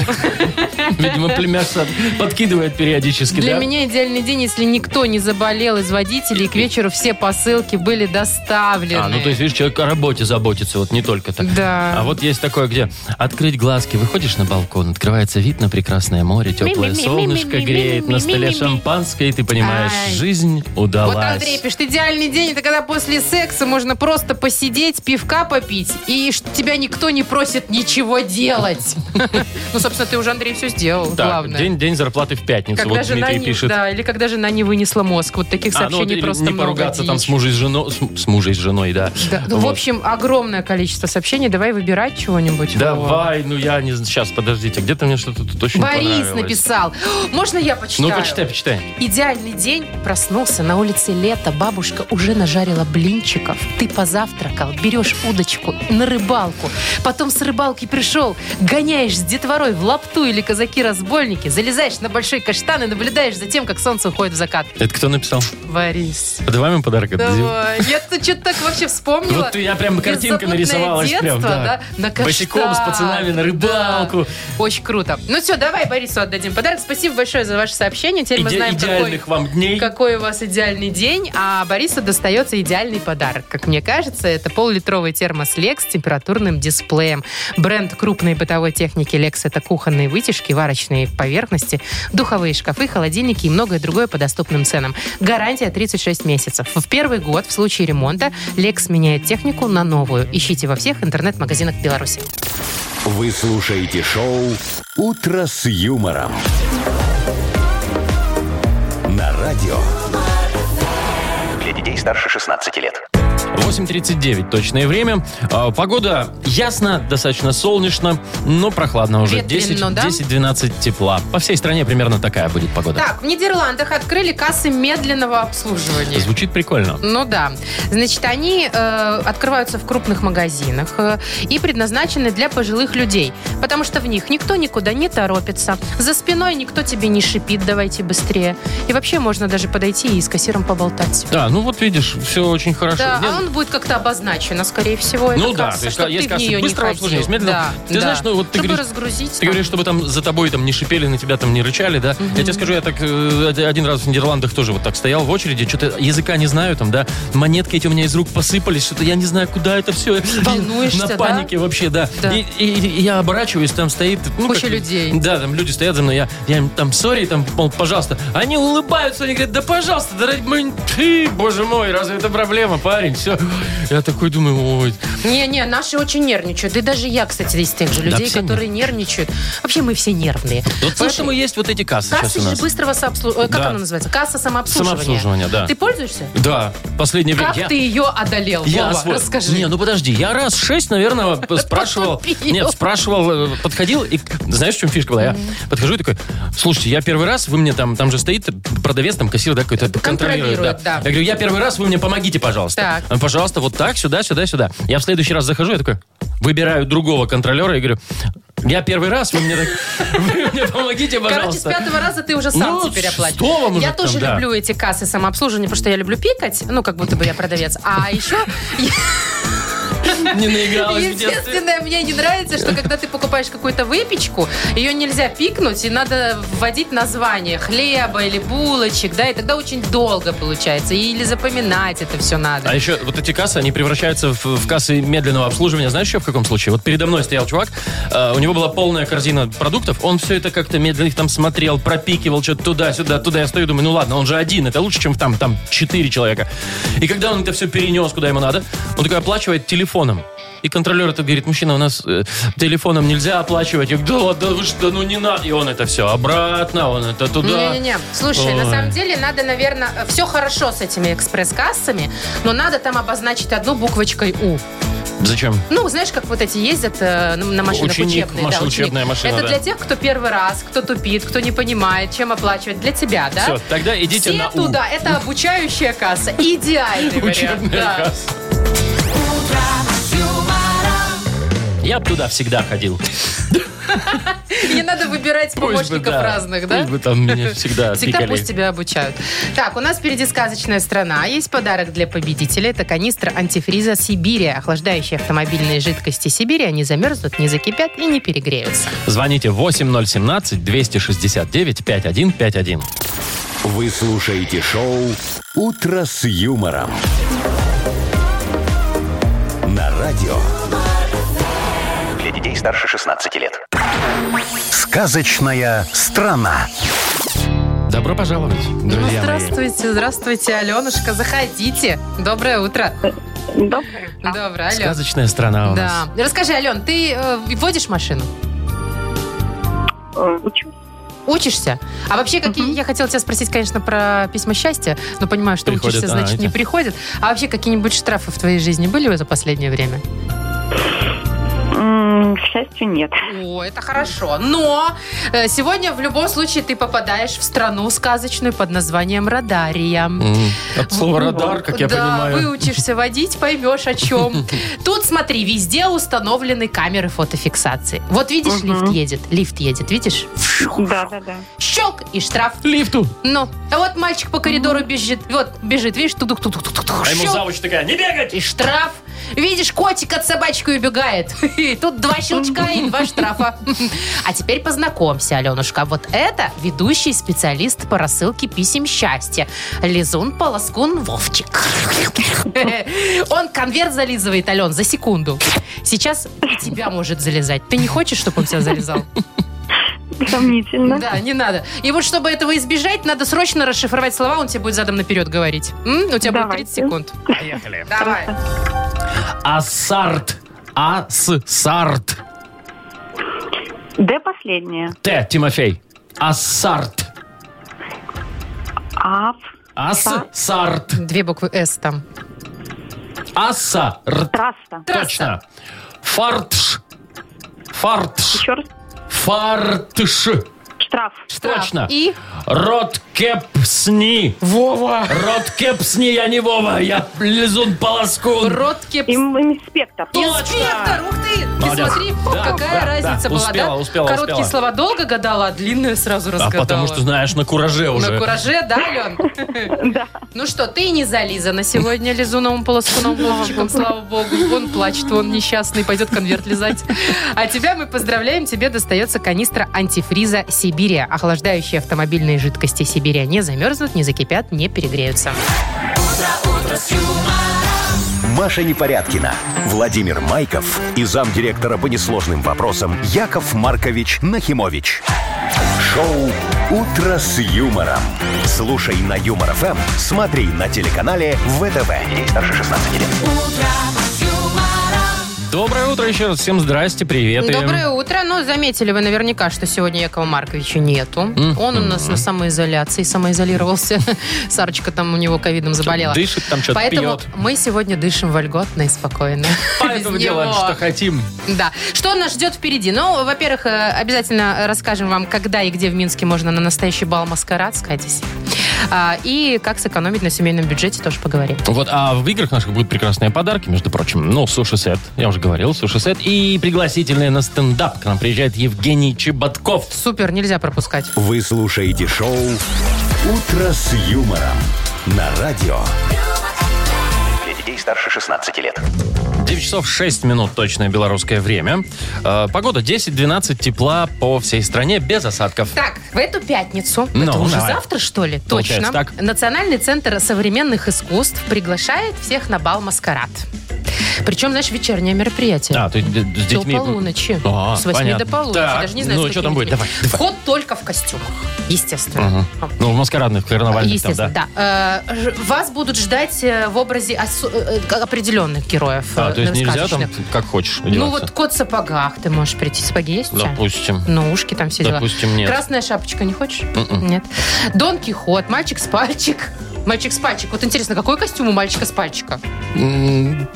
Видимо, племяшка подкидывает периодически,
Для
да?
меня идеальный день, если никто не заболел из водителей, и к вечеру все посылки были доставлены.
А, ну то есть, видишь, человек о работе заботится, вот не только так.
Да.
А вот есть такое, где открыть глазки, выходишь на балкон, открывается вид на прекрасное море, теплое солнышко греет, на столе шампанское, и ты понимаешь,
Ай.
жизнь
Вот Андрей
удалась.
пишет, идеальный день, это когда после секса можно просто посидеть, пивка попить, и ш- тебя никто не просит ничего делать. Ну, собственно, ты уже, Андрей, все сделал,
Так,
главное.
день, день зарплаты в пятницу,
Когда
вот
жена
Дмитрий
не,
пишет.
да, или когда жена не вынесла мозг. Вот таких
А, ну вот
сообщений
или
просто
не
много,
поругаться там
дичь.
с мужем и с женой, с, с мужем и с женой, да.
Да, ну, В
Вот.
общем, огромное количество сообщений. Давай выбирать чего-нибудь. Вова.
Давай, ну я не... Сейчас, подождите, где-то мне что-то тут очень
Борис
понравилось.
написал. Можно я почитаю?
Ну, почитай, почитай.
Идеальный день. Проснулся на улице лето. Бабушка уже нажарила блинчиков. Ты позавтракал, берешь удочку на рыбалку. Потом с рыбалки пришел, гоняешь с детворой в лапту или казаки-разбойники, залезаешь на большой каштан и наблюдаешь за тем, как солнце уходит в закат.
Это кто написал?
Борис.
Давай ему подарок отдадим.
Давай. Я тут что-то так вообще вспомнила.
Вот я прям картинка
Беззаботное
нарисовалась.
детство,
прям, да.
На каштан.
Босиком с пацанами на рыбалку.
Да. Очень круто. Ну все, давай Борису отдадим подарок. Спасибо большое за ваше сообщение. Теперь мы
Иде-
знаем, какой,
идеальных вам дней.
какой у вас идеальный день. А Борису достается идеальный подарок. Как мне кажется, это полулитровый термос Lex с температурным дисплеем. Бренд крупной бытовой техники Lex это кухонные вытяжки, варочные поверхности, духовые шкафы, холодильники и многое другое по доступным ценам. Гарантия 36 месяцев. В первый год в случае ремонта Lex меняет технику на новую. Ищите во всех интернет-магазинах Беларуси.
Вы слушаете шоу «Утро с юмором». На радио
Для детей старше 16 лет.
8.39 точное время. А, Погода ясна, достаточно солнечно, но прохладно уже.
Ветрено,
10,
да?
10-12 тепла. По всей стране примерно такая будет погода.
Так, в Нидерландах открыли кассы медленного обслуживания.
Звучит прикольно.
Ну да. Значит, они э, открываются в крупных магазинах э, и предназначены для пожилых людей, потому что в них никто никуда не торопится, за спиной никто тебе не шипит, давайте быстрее. И вообще можно даже подойти и с кассиром поболтать.
Да, ну вот видишь, все очень хорошо.
Да,
Нет,
а он будет как-то обозначено, скорее всего, эта
Ну да,
касса,
то есть
чтоб
есть
ты в
кассы
нее не
быстрого
ходил.
обслуживания, есть медленного.
Да,
Ты
да.
знаешь, ну вот ты
Чтобы
говоришь-
разгрузить.
Ты говоришь, чтобы там за тобой там не шипели, на тебя там не рычали, да? Я тебе скажу, я так э, один раз в Нидерландах тоже вот так стоял в очереди, что-то языка не знаю там, да, монетки эти у меня из рук посыпались, что-то я не знаю, куда это все.
Волнуешься,
На
да?
панике вообще, да.
Да.
И, и- и я оборачиваюсь, там стоит... ну,
Куча
как-
людей.
Да, там люди стоят за мной, я, я им там, сори, там, мол, пожалуйста. Они улыбаются, они говорят, да пожалуйста, да ради мой- ты, боже мой, разве это проблема, парень, все. Я такой думаю, ой,
Не-не, наши очень нервничают. И даже я, кстати, из тех же
Да,
людей,
все
которые нервничают. Вообще мы все нервные.
Вот поэтому есть вот эти кассы сейчас
Касса
у
же
нас.
быстрого сообслуживания. Как
Да.
она называется? Касса самообслуживания.
Самообслуживание, да.
Ты пользуешься?
Да, последнее время.
Как
я-
ты ее одолел?
я
Вова,
свой-
расскажи.
Не, ну подожди, я раз шесть, наверное, спрашивал.
Потупил.
Нет, спрашивал, э, подходил, и знаешь, в чем фишка была? Я подхожу и такой, слушайте, я первый раз, вы мне там, там же стоит продавец, там кассир, да, какой-то контролирует.
Контролирует, да.
Я говорю, я первый раз, вы мне помогите, пожалуйста.
Так.
Он, Пожалуйста, вот так, сюда, сюда, сюда. Я в следующий раз захожу, я такой, выбираю другого контролера и говорю, Я первый раз, вы мне так... Вы мне помогите,
Короче, с
пожалуйста.
пятого раза ты уже сам
Ну,
теперь
с
оплатишь.
шестого, может,
я
там,
тоже
да.
люблю эти кассы самообслуживания, потому что я люблю пикать, ну, как будто бы я продавец. А еще,
Не наигралась в детстве.
единственное, мне не нравится, что когда ты покупаешь какую-то выпечку, ее нельзя пикнуть, и надо вводить название хлеба или булочек, да, и тогда очень долго получается. Или запоминать это все надо.
А еще вот эти кассы, они превращаются в, в кассы медленного обслуживания. Знаешь, еще в каком случае? Вот передо мной стоял чувак, э, у него была полная корзина продуктов, он все это как-то медленно их там смотрел, пропикивал что-то туда-сюда, туда. Я стою, думаю, ну ладно, он же один, это лучше, чем там, там четыре человека. И когда он это все перенес, куда ему надо, он такой оплачивает телефоном. И контролер этот говорит, мужчина, у нас э, телефоном нельзя оплачивать. Я говорю, да, да вы что, ну не надо. И он это все обратно, он это туда.
Не-не-не, слушай,
Ой.
на самом деле надо, наверное, все хорошо с этими экспресс-кассами, но надо там обозначить одну буквочкой «У».
Зачем?
Ну, знаешь, как вот эти ездят э, на- на машинах
Ученик,
учебные.
машина,
да, ученик.
учебная машина,
Это
да.
для тех, кто первый раз, кто тупит, кто не понимает, чем оплачивать. Для тебя, да?
Все, тогда идите
Все
на У.
туда. Это обучающая касса. Идеальный вариант.
Учебная
да.
касса. Я бы туда всегда ходил.
И Не надо выбирать помощников разных, да?
Пусть бы там меня всегда
Всегда
пикали.
пусть тебя обучают. Так, у нас впереди сказочная страна. Есть подарок для победителя. Это канистра антифриза Сибири, охлаждающие автомобильные жидкости Сибири. Они замерзнут, не закипят и не перегреются.
Звоните 8017-269-5151.
Вы слушаете шоу «Утро с юмором». На радио
Для детей старше 16 лет.
«Сказочная страна».
Добро пожаловать,
Ну,
друзья мои.
здравствуйте, здравствуйте, Аленушка, заходите. Доброе утро.
Доброе утро.
Доброе, Ален.
Сказочная страна А, у
Да.
нас.
Расскажи, Ален, ты э, водишь машину?
Э, Учусь.
Учишься? А вообще, какие... Я хотела тебя спросить, конечно, про письма счастья, но понимаю, что
Приходят,
учишься,
а,
значит, не
эти.
приходит. А вообще, какие-нибудь штрафы в твоей жизни были за последнее время?
М, К счастью, нет.
О, это хорошо. Но э, сегодня в любом случае ты попадаешь в страну сказочную под названием Радария.
М, От слова радар, как я
да,
понимаю.
выучишься водить, поймешь о чем. Тут, смотри, везде установлены камеры фотофиксации. Вот видишь, лифт едет, лифт едет, видишь?
Да, да, да.
Щелк и штраф.
Лифту.
Ну, а вот мальчик по коридору бежит, вот бежит, видишь, тук тук тук тук тук
А ему завуч такая, не бегать!
и штраф. Видишь, котик от собачки убегает. И тут два щелчка и два штрафа. А теперь познакомься, Аленушка. Вот это ведущий специалист по рассылке писем счастья. Лизун Полоскун Вовчик. Он конверт зализывает, Ален, за секунду. Сейчас и тебя может залезать. Ты не хочешь, чтобы он тебя залезал?
Сомнительно.
Да, не надо. И вот чтобы этого избежать, надо срочно расшифровать слова, он тебе будет задом наперед говорить. М? У тебя будет 30
Давайте.
секунд.
Поехали.
Давай.
Ассарт. Ассарт.
Д последнее.
Т, Тимофей. Ассарт.
А,
Ассарт.
Две буквы «С» там.
Ассарт.
трасса.
Точно. Фартш. Фартш.
Еще раз.
Фартш.
Штраф.
Точно.
И
Роткепсни. Вова. Роткепсни, я не Вова, я лизун полоскун.
Ротке...
Им, инспектор.
Инспектор, ух ты!
Молодец.
Ты смотри,
Да,
какая
да,
разница
да.
была,
Успела,
да?
успела,
Короткие
успела.
слова долго гадала, а длинные сразу
А
разгадала.
потому что, знаешь, на кураже
На
уже.
кураже, да, Ален?
Да.
Ну что, ты не зализана сегодня лизуновым полоскуном Вовчиком, слава богу. Он плачет, он несчастный, пойдет конверт лизать. А тебя мы поздравляем, тебе достается канистра антифриза Сибири. Охлаждающие автомобильные жидкости Сибири не замерзнут, не закипят, не перегреются.
Маша Непорядкина, Владимир Майков и замдиректора по несложным вопросам Яков Маркович Нахимович. Шоу «Утро с юмором». Слушай на Юмор ФМ, смотри на телеканале ВТВ. Ей старше 16 лет.
Доброе утро еще раз. Всем здрасте, привет. и-
Доброе утро. Ну, заметили вы наверняка, что сегодня Якова Марковича нету. Он у нас на самоизоляции, самоизолировался. Сарочка там у него ковидом заболела.
Дышит там что-то,
Поэтому
пьет.
мы сегодня дышим вольготно и спокойно.
Поэтому
Без
делаем,
него.
что хотим.
Да. Что нас ждет впереди? Ну, во-первых, э, обязательно расскажем вам, когда и где в Минске можно на настоящий бал маскарад скатись. А, И как сэкономить на семейном бюджете, тоже поговорим.
Вот, а в играх наших будут прекрасные подарки, между прочим. Ну, суши-сет, я уже говорил, суши-сет. И пригласительные на стендап. К нам приезжает Евгений Чеботков.
Супер, нельзя пропускать.
Вы слушаете шоу «Утро с юмором» на радио.
Для детей старше 16 лет.
9 часов 6 минут точное белорусское время. Э, погода 10-12, тепла по всей стране, без осадков.
Так, в эту пятницу,
Ну,
это уже
давай.
завтра, что ли?
Получается
Точно.
так.
Национальный центр современных искусств приглашает всех на бал «Маскарад». Причем, знаешь, вечернее мероприятие.
А, то есть д- с
До
детьми...
полуночи.
А,
с 8
понятно.
до полуночи.
Так,
Даже не знаю,
ну,
с
что
какими
там будет?
детьми.
Давай, давай.
Вход только в костюмах, естественно.
Ну, в маскарадных, карнавальных там,
Естественно,
да?
да. Э, ж- Вас будут ждать э, в образе осо- э, э, определенных героев.
А,
э,
то есть нельзя там
сказочных.
как хочешь
Ну
одеваться?
вот кот в сапогах ты можешь прийти. Сапоги есть у тебя?
Допустим.
Ну, ушки там все дела.
Допустим, нет. М-м.
Красная шапочка не хочешь?
Мгм.
Нет. Дон Кихот, мальчик с пальчик. Мальчик с пальчик. Вот интересно, какой костюм у мальчика с пальчика?
М,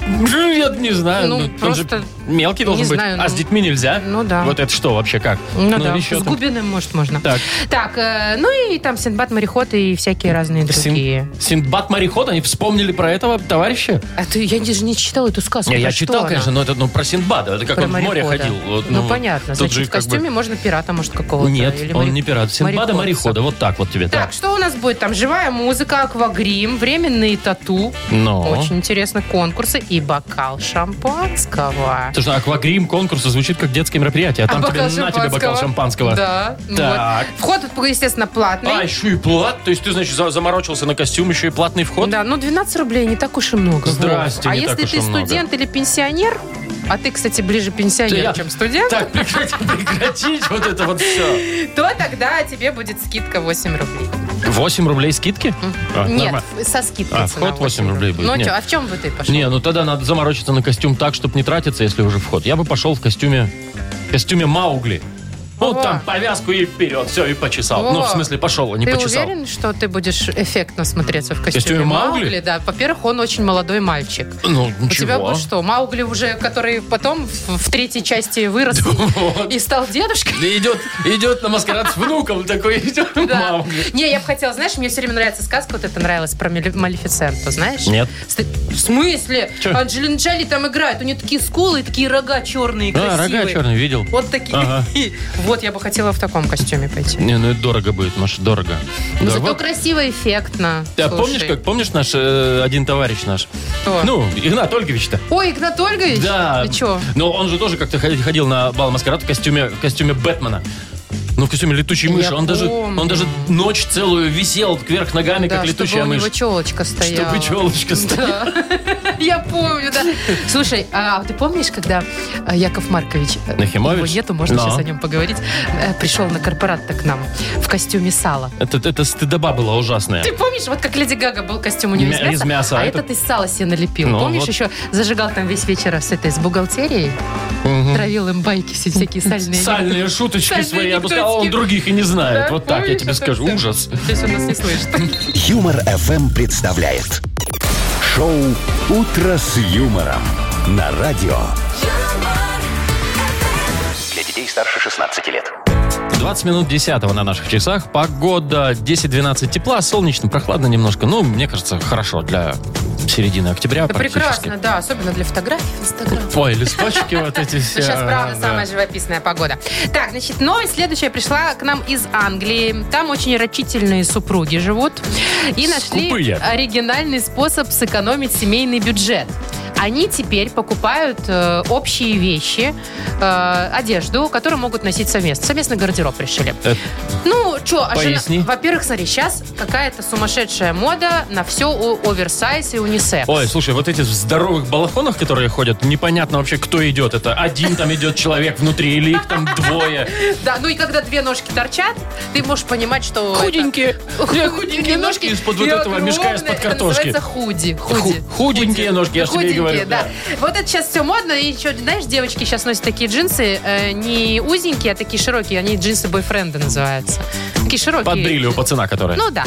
Я не знаю.
Ну,
он же
просто
Мелкий должен
не
быть.
знаю,
а
ну.
с детьми нельзя?
Ну да.
Вот это что вообще, как?
Ну, да,
еще
с
там.
Губиным, может, можно.
Так.
Так, э, ну и там Синдбад, Мореход и всякие разные
Син-
другие.
Синдбад Мореход, они вспомнили про этого товарища?
А ты, я даже не читала эту сказку.
Не, я
Про Типа что
читал,
она?
конечно, но это ну, про Синдбада. Это как
Про
он в море
морехода.
ходил. Вот,
ну, понятно.
тут
Значит,
же
в
как бы-
костюме можно пирата, может, какого-то.
Нет,
или
он
море-
не пират. Синдбада морехода.
мореходца.
Вот так вот тебе.
Так, что у нас будет там? Живая музыка, аквагрим, временные тату.
Но.
Очень интересно, конкурсы и бокал шампанского.
Потому что аквагрим конкурса звучит как детское мероприятие. А там тебе на тебе бокал шампанского.
Да.
Так.
вот. Вход, естественно, платный.
А, еще и плат. То есть ты, значит, за- заморочился на костюм, еще и платный вход?
Да, ну 12 рублей не так уж и много.
Здрасте,
Вов. А
не
если
так уж и
ты
много.
студент или пенсионер, а ты, кстати, ближе пенсионер,
Да я-
чем студент,
Так, прекрати- прекратить вот это вот все.
то тогда тебе будет скидка 8 рублей.
8 рублей скидки? А,
Нет,
нормально.
ф- со скидкой
А,
цена
вход 8 рублей будет,
Ну
нет.
чё, а в чем бы ты пошел?
Не, ну тогда надо заморочиться на костюм так, чтобы не тратиться, если уже вход. Я бы пошел в костюме, в костюме Маугли. Вот
Во.
там повязку и вперед, все, и почесал.
Во.
Ну, в смысле, пошел, а не
ты
почесал.
уверен, что ты будешь эффектно смотреться в костюме,
костюме Маугли?
Да, во-первых, он очень молодой мальчик.
Ну,
У тебя
ничего.
будет что, Маугли уже, который потом в, в третьей части вырос
Вот.
и стал дедушкой?
Да идет, идет на маскарад с внуком такой, идет
Да.
Маугли.
Не, я бы хотела, знаешь, мне все время нравится сказка, вот это нравилась про Мали- Малефисенту, знаешь?
Нет.
Ст- В смысле?
Чё?
Анджелина Джоли там играет, у нее такие скулы и такие рога черные,
А,
красивые.
рога черный видел.
Вот такие.
Ага.
Вот, я бы хотела в таком костюме пойти.
Не, ну это дорого будет, Маша, дорого.
Ну,
Да,
зато
вот.
красиво и эффектно.
Да,
Слушай.
помнишь, как помнишь наш э, один товарищ наш?
Кто?
Ну, Игнат Ольгович-то.
Ой, Игнат Ольгович?
Да.
Ты чё?
Но он же тоже как-то ходил- ходил на бал маскарад в костюме, в костюме Бэтмена. Ну, в костюме летучей
Я
мыши. Он даже,
помню.
он даже ночь целую висел кверх ногами,
Да,
как летучая
чтобы у него
мышь.
челочка стояла.
Чтобы челочка стояла.
Я помню, да. Слушай, а ты помнишь, когда а, Яков Маркович, э,
Нахимович?
его нету, можно
Но.
сейчас о нем поговорить, э, пришел на корпорат-то к нам в костюме сала.
Это, это стыдоба была ужасная.
Ты помнишь, вот как Леди Гага был костюм у нее из
Мя-
мяса,
из мяса, а
а
этот-
этот из сала себе налепил.
Ну,
помнишь,
вот.
еще зажигал там весь вечер с этой, с бухгалтерией,
Мгм.
травил им байки все всякие сальные.
Сальные шуточки
Сальные
свои отпускал, а он
анекдотики.
других и не знает.
Да,
вот так я
помнишь
тебе
это
скажу.
всё?
Ужас.
Здесь он нас не слышит.
Юмор FM представляет шоу Утро с юмором на радио.
Для детей старше 16 лет.
20 минут 10 на наших часах. Погода 10-12 тепла, солнечно, прохладно немножко. Ну, мне кажется, хорошо для середины октября
Да
практически.
прекрасно, да, особенно для фотографий в Инстаграм.
Ой, листочки вот эти все.
Сейчас, правда,
Э, Да.
самая живописная погода. Так, значит, новость следующая пришла к нам из Англии. Там очень рачительные супруги живут. И нашли
Скупые.
оригинальный способ сэкономить семейный бюджет. Они теперь покупают э, общие вещи, э, одежду, которую могут носить совместно. Совместный гардероб решили.
Э,
Ну, что,
Поясни.
во-первых, смотри, сейчас какая-то сумасшедшая мода на все о- оверсайз и унисекс.
Ой, слушай, вот эти в здоровых балахонах, которые ходят, непонятно вообще, кто идет. Это один там идет человек внутри или их там двое.
Да, ну и когда две ножки торчат, ты можешь понимать, что... это-
Худенькие.
Худенькие,
Худенькие ножки из-под вот этого мешка из-под
огромные. Это
картошки.
называется худи.
Ху-
худи.
Худенькие ножки, я же тебе и
Худенькие
говорю,
да.
да.
Вот это сейчас все модно. И еще, знаешь, девочки сейчас носят такие джинсы э, не узенькие, а такие широкие. Они джинсы бойфренда называются. Такие широкие.
Под брилью у пацана, который.
Ну да.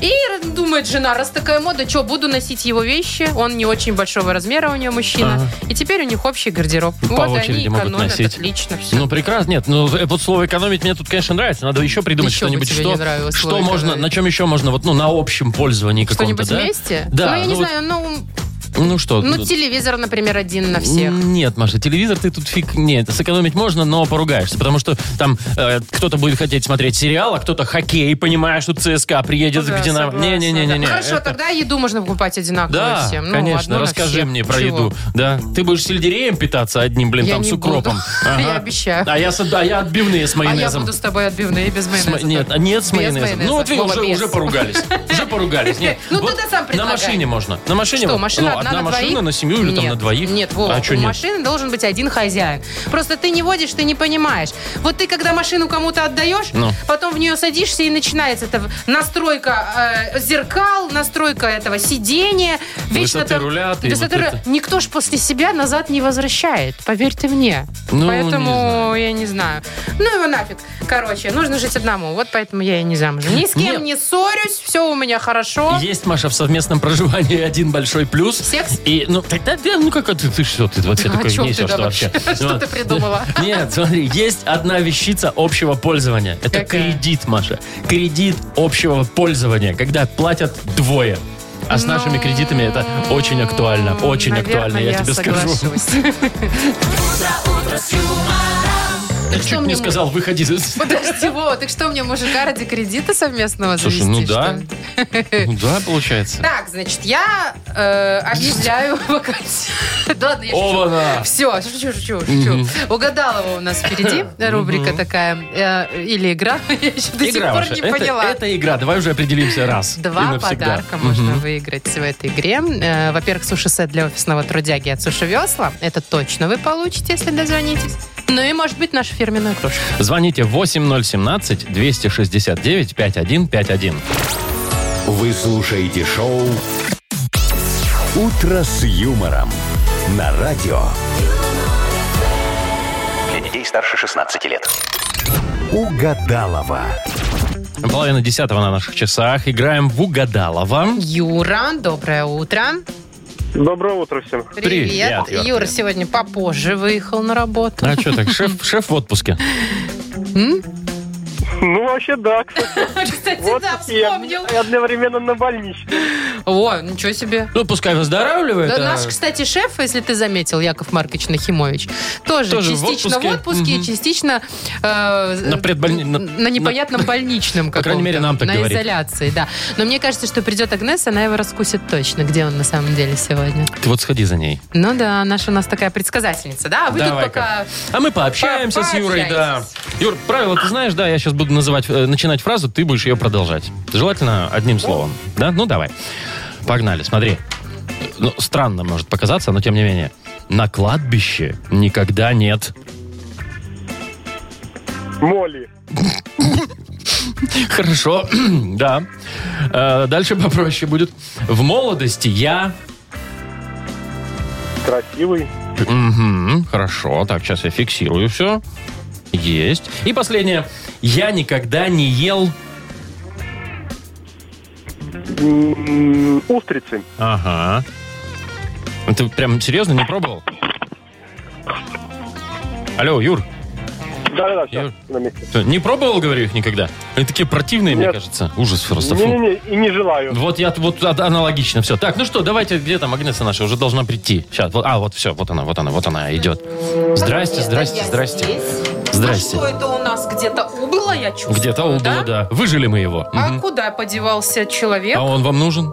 И думает жена, раз такая мода, что, буду носить его вещи? Он не очень большого размера у нее мужчина. И теперь у них общий гардероб.
По
вот
очереди
они
могут
экономят,
носить.
отлично все.
Ну, прекрасно. Нет, ну, э, вот слово «экономить» мне тут, конечно, нравится. Надо еще придумать
Еще бы
что-нибудь,
тебе не
что,
нравилось
что
слово
можно,
«экономить».
на чем еще можно, вот, ну, на общем пользовании каком-то,
Что-нибудь
да?
вместе?
Да.
Ну, я не
вот,
знаю, ну,
ну, что?
ну,
тут-
телевизор, например, один на всех.
Нет, Маша, телевизор ты тут фиг... Нет, сэкономить можно, но поругаешься, потому что там э, кто-то будет хотеть смотреть сериал, а кто-то хоккей, понимаешь, что ЦСКА приедет,
Да,
где нам...
согласна, да.
Не-не-не-не.
Хорошо,
это-
тогда еду можно покупать одинаково
Да,
всем. Ну, одну
конечно,
на
расскажи
всех.
мне про
Чего?
еду. Да, ты будешь сельдереем питаться одним, блин,
Я
там
не
с укропом.
буду. Я обещаю.
А я, с- а я отбивные с
А я
майонезом.
буду с тобой отбивные без
С
майонеза.
ма- Нет, а нет, с
Без
майонезом. Ну вот видишь,
Вова,
уже,
без.
уже поругались. Уже поругались. Нет.
Ну,
вот
тогда сам
На
предлагай.
машине можно. На машине
Что,
вот,
машина
ну,
одна на
машина
двоих?
на семью или там
Нет,
на двоих.
Нет, Вова,
а что
у
нет?
машины должен быть один хозяин. Просто ты не водишь, ты не понимаешь. Вот ты, когда машину кому-то отдаешь,
Ну.
потом в нее садишься и начинается эта настройка э, зеркал, настройка этого сидения. Вечно
Высоты
там-
руля, ты
Высоты
вот
руля.
это.
Никто ж после себя назад не возвращает, поверь ты мне.
Ну,
поэтому
не знаю.
я не знаю. Ну его нафиг. Короче, нужно жить одному. Вот поэтому я и не замужем. Ни с кем
Нет.
не ссорюсь, все у меня хорошо.
Есть, Маша, в совместном проживании один большой плюс.
Секс?
И, ну, тогда, да, ну, как ты, ты что, ты вообще
А О
такое
чем ты,
несешь
да,
вообще? Ну,
вообще? Что ты придумала?
Нет, смотри, есть одна вещица общего пользования. Это
Какая?
кредит, Маша. Кредит общего пользования, когда платят двое. А
Ну,
с нашими кредитами это очень актуально, очень актуально, я, тебе скажу.
скажу.
Я
Что
чуть
мне
не сказал, выходи.
Подожди, Вова, так что мне мужика ради кредита совместного
Слушай,
завести?
ну
что
да.
ли?
Ну да, получается.
Так, значит, я э, объявляю вакансию. Да ладно, я шучу.
Оба-на!
Все, шучу, шучу, шучу. Угадалова у нас впереди рубрика такая. э, Или игра. Я еще до сих
Игра
пор
ваша.
не
Это-
поняла.
Это игра, давай уже определимся раз и
Два
навсегда.
подарка
Мгм.
можно выиграть в этой игре. Э, Во-первых, суши-сет для офисного трудяги от Суши Весла. Это точно вы получите, если дозвонитесь. Ну и, может быть, нашу фирменную кружку.
Звоните 8017-269-5151.
Вы слушаете шоу «Утро с юмором» на радио
Для детей старше 16 лет.
«Угадалова».
Половина десятого на наших часах. Играем в Угадалова.
Юра, доброе утро.
Доброе утро всем.
Привет.
Привет, Юра,
Юра
привет.
сегодня попозже выехал на работу.
А что так, шеф, шеф в отпуске.
Ну, вообще, да.
А?
Кстати, да,
и
вспомнил.
одновременно на больничном.
О, ничего себе.
Ну, пускай выздоравливает.
Да,
а-
Наш, кстати, шеф, если ты заметил, Яков Маркович Нахимович, тоже,
Тоже в
частично в
отпуске.
отпуске,
Мгм.
частично э,
На предбольни- на-
на, непонятном больничном
По крайней
каком-то,
мере, нам так
На
говорит.
изоляции, да. Но мне кажется, что придет Агнес, она его раскусит точно, где он на самом деле сегодня.
Ты вот сходи за ней.
Ну да, наша у нас такая предсказательница, да? А вы
Давай-ка.
тут пока...
А мы пообщаемся с Юрой, да.
Пообщайтесь.
Юр, правило ты знаешь, да, я сейчас буду называть, э, начинать фразу, ты будешь ее продолжать. Желательно одним словом. Да? Ну, давай. Погнали, смотри. Ну, странно может показаться, но тем не менее. На кладбище никогда нет.
Моли.
Хорошо, да. Э, Дальше попроще будет. В молодости я...
Красивый.
Мгм, хорошо, так, сейчас я фиксирую все. Есть. И последнее. Я никогда не ел...
М, Устрицы.
Ага. Ну, Ты прям серьезно не пробовал? Алло, Юр,
Да-да-да, всё,
Юр.
на месте.
ты не пробовал, говорю, их никогда? Они такие противные, мне
Нет.
кажется. Ужас просто. фу.
Не-не-не, и не желаю.
Вот я вот а- аналогично все. Так, ну что, давайте, где там Агнеса наша? Уже должна прийти. Сейчас, вот, а, вот все, вот она, вот она, вот она идет. Здрасте, здрасте,
Я
здрасте.
здесь.
Здрасте.
А что это у нас где-то убыло, я чувствую,
Где-то убыло, да? Выжили мы его.
А
Мгм.
куда подевался человек?
А он вам нужен?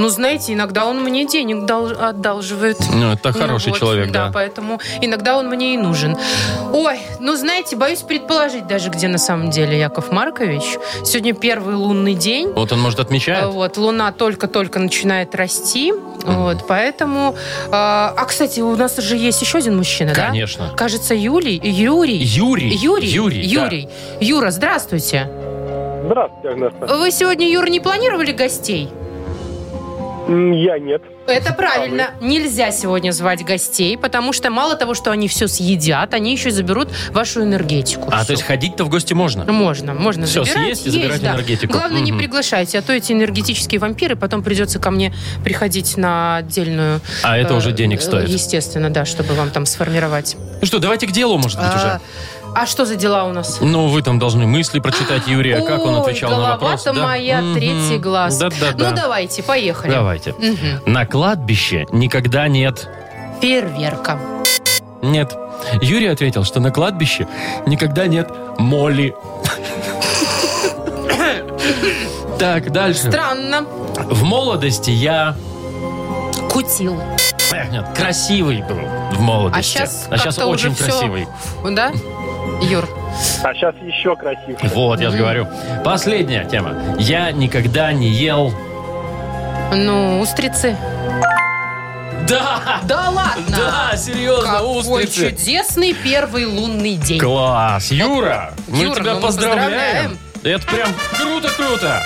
Ну, знаете, иногда он мне денег дол- одалживает.
Ну, это хороший
вот,
человек, да.
поэтому иногда он мне и нужен. Ой, ну, знаете, боюсь предположить даже, где на самом деле Яков Маркович. Сегодня первый лунный день.
Вот он, может,
Э,
отмечает?
Вот, луна только-только начинает расти, вот, поэтому... э, а, кстати, у нас же есть еще один мужчина, да?
Конечно.
Кажется, Юлий, Юрий.
Юрий.
Юрий.
Юрий, да.
Юрий. Юра, здравствуйте.
Здравствуйте, Агнесса.
Вы сегодня, Юра, не планировали гостей?
М, Я нет.
Это правильно. Нельзя сегодня звать гостей, потому что мало того, что они все съедят, они еще и заберут вашу энергетику.
А,
Всё.
то есть ходить-то в гости можно?
Ну, Можно, можно
Всё,
забирать.
съесть и забирать
да.
энергетику.
Главное, не
Мгм.
приглашайте, а то эти энергетические вампиры потом придется ко мне приходить на отдельную...
А это
э,
уже денег
э,
стоит.
Естественно, да, чтобы вам там сформировать.
Ну что, давайте к делу, может быть,
А,
уже.
а что за дела у нас?
Ну, вы там должны мысли прочитать Юрия, как он
А, Ой,
отвечал на вопрос.
голова-то моя, третий глаз.
Да-да-да.
Ну, давайте, поехали.
Давайте.
Мгм.
На кладбище никогда нет
Фейерверка.
Нет. Юрий ответил, что на кладбище никогда нет моли. Так, дальше.
Странно.
В молодости я
Кутил.
эх, нет, красивый был в молодости.
А сейчас
А щас
как-то уже
очень
всё-
красивый.
Да? Юр.
А сейчас еще красивее.
Вот, я же говорю. Последняя тема. Я никогда не ел...
Ну, устрицы.
Да!
Да ладно!
Да, серьезно,
Какой
устрицы.
чудесный первый лунный день.
Класс! Юра, мы
Юра,
тебя
ну мы
поздравляем.
поздравляем.
Это прям круто-круто!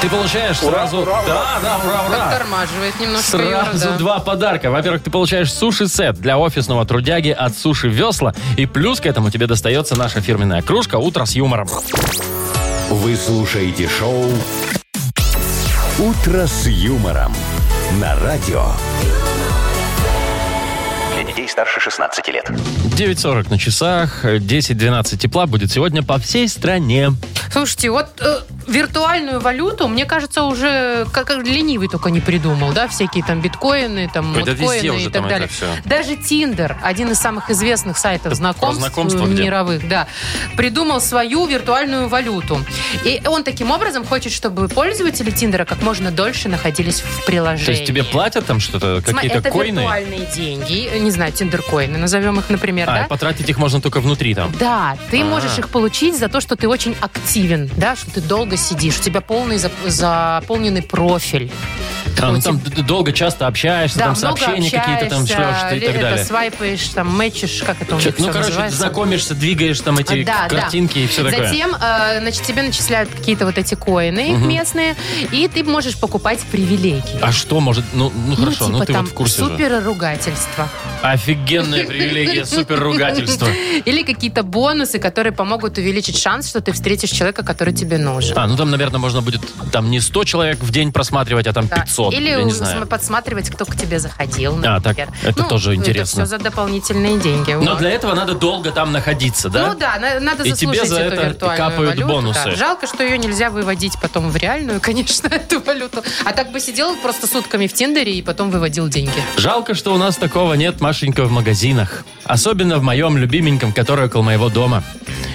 Ты получаешь сразу... да, да, ура, ура!
Как тормаживает немножко Юра,
Сразу
да.
два подарка. Во-первых, ты получаешь суши-сет для офисного трудяги от Суши Весла. И плюс к этому тебе достается наша фирменная кружка «Утро с юмором».
Вы слушаете шоу «Утро с юмором» на радио.
Для детей старше 16 лет.
9.40 на часах, 10-12 тепла будет сегодня по всей стране.
Слушайте, вот э, виртуальную валюту, мне кажется, уже как, как ленивый только не придумал, да, всякие там биткоины, там
Ой, да везде
муткоины
уже
и
там это
так далее.
всё.
Даже Тиндер, один из самых известных сайтов
Это про
знакомств
знакомство
э,
где?
мировых, да, придумал свою виртуальную валюту. И он таким образом хочет, чтобы пользователи Тиндера как можно дольше находились в приложении.
То есть тебе платят там что-то,
Смотри,
какие-то
это
койны?
виртуальные деньги, не знаю, тиндеркоины, назовем их, например,
А,
да?
и потратить их можно только внутри там.
Да, ты
А.
можешь их получить за то, что ты очень активен, да, что ты долго сидишь, у тебя полный зап- заполненный профиль.
А, ну,
Ну,
там д- долго часто общаешься, там
много
сообщения какие-то там шлешь
общаешься,
и так
это
далее.
свайпаешь, там мэчишь, как это у них
Чё- Ну,
всё
короче,
называется.
знакомишься, двигаешь там эти
А, да, да.
картинки и все такое.
Затем, э, значит, тебе начисляют какие-то вот эти коины их местные, и ты можешь покупать привилегии.
А что может... Ну, ну, хорошо,
ну,
ну,
типа
ты
там
вот в курсе же.
супер ругательство.
Офигенная привилегия, супер ругательство.
Или какие-то бонусы, которые помогут увеличить шанс, что ты встретишь человека, который тебе нужен.
А, ну там, наверное, можно будет там не 100 человек в день просматривать, а там
Да.
500,
Или
я не
у-
знаю.
см- подсматривать, кто к тебе заходил,
А,
например. Ну,
так, это тоже интересно.
Это все за дополнительные деньги.
Но
вот.
для этого надо долго там находиться, да?
Ну да, на- надо
И
заслужить
тебе за
эту
это
виртуальную
капают
валюту.
бонусы.
да. Жалко, что ее нельзя выводить потом в реальную, конечно, эту валюту. А так бы сидел просто сутками в Тиндере и потом выводил деньги.
Жалко, что у нас такого нет, Машенька, в магазинах. Особенно в моем любименьком, который около моего дома.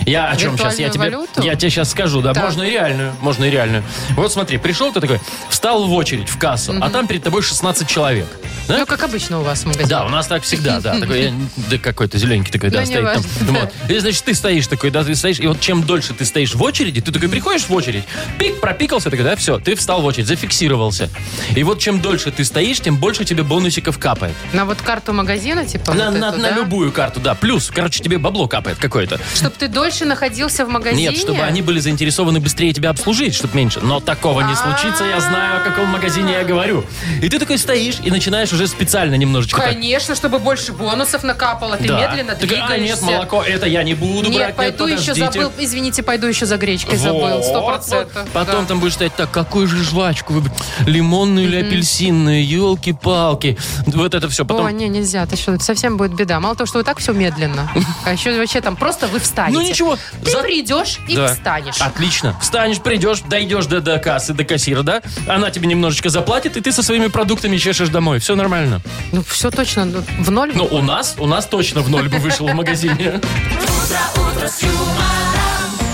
Я о чем сейчас? Я тебе,
Виртуальную валюту?
я тебе сейчас скажу, да,
Так.
можно и реальную, можно и реальную. Вот смотри, пришел ты такой, встал в очередь в кассу, а там перед тобой 16 человек. да?
Ну, как обычно у вас в магазине.
Да, у нас так всегда, да. Такой, я- да какой-то зелененький такой, да,
Ну,
стоит там.
неважно,
Вот. И, значит, ты стоишь такой, да, ты стоишь, и вот чем дольше ты стоишь в очереди, ты такой приходишь в очередь, пик, пропикался, такой, да, все, ты встал в очередь, зафиксировался. И вот чем дольше ты стоишь, тем больше тебе бонусиков капает.
На вот карту магазина, типа,
на, на- на любую
любую.
карту, да. Плюс, короче, тебе бабло капает какое-то.
Чтобы ты дольше находился в магазине?
Нет, чтобы они были заинтересованы быстрее тебя обслужить, чтобы меньше. Но такого не случится, я знаю, о каком магазине я говорю. И ты такой стоишь и начинаешь уже специально немножечко так
Конечно, чтобы больше бонусов накапало. Ты
Да.
медленно
Так,
двигаешься.
а, нет, молоко, это я не буду
Нет,
Ну, брать.
пойду
нет,
еще
подождите.
забыл. Извините, пойду еще за гречкой забыл. Сто
Вот.
процентов.
Потом
Да.
там будешь стоять, так, какую же жвачку выбрать? Лимонную или апельсинную? Елки-палки. Вот это все. Потом...
О, не, нельзя, ты что, это совсем будет беда. Мало того, что вот так все медленно, а еще вообще там просто вы встанете.
ну ничего.
Ты
за-
придешь и
Да. А.
встанешь.
Отлично. Встанешь, придешь, дойдешь до, до кассы, до кассира, да? Она тебе немножечко заплатит, и ты со своими продуктами чешешь домой. Все нормально.
Ну все точно ну, в ноль.
Ну, у нас, у нас точно в ноль бы вышел в магазине.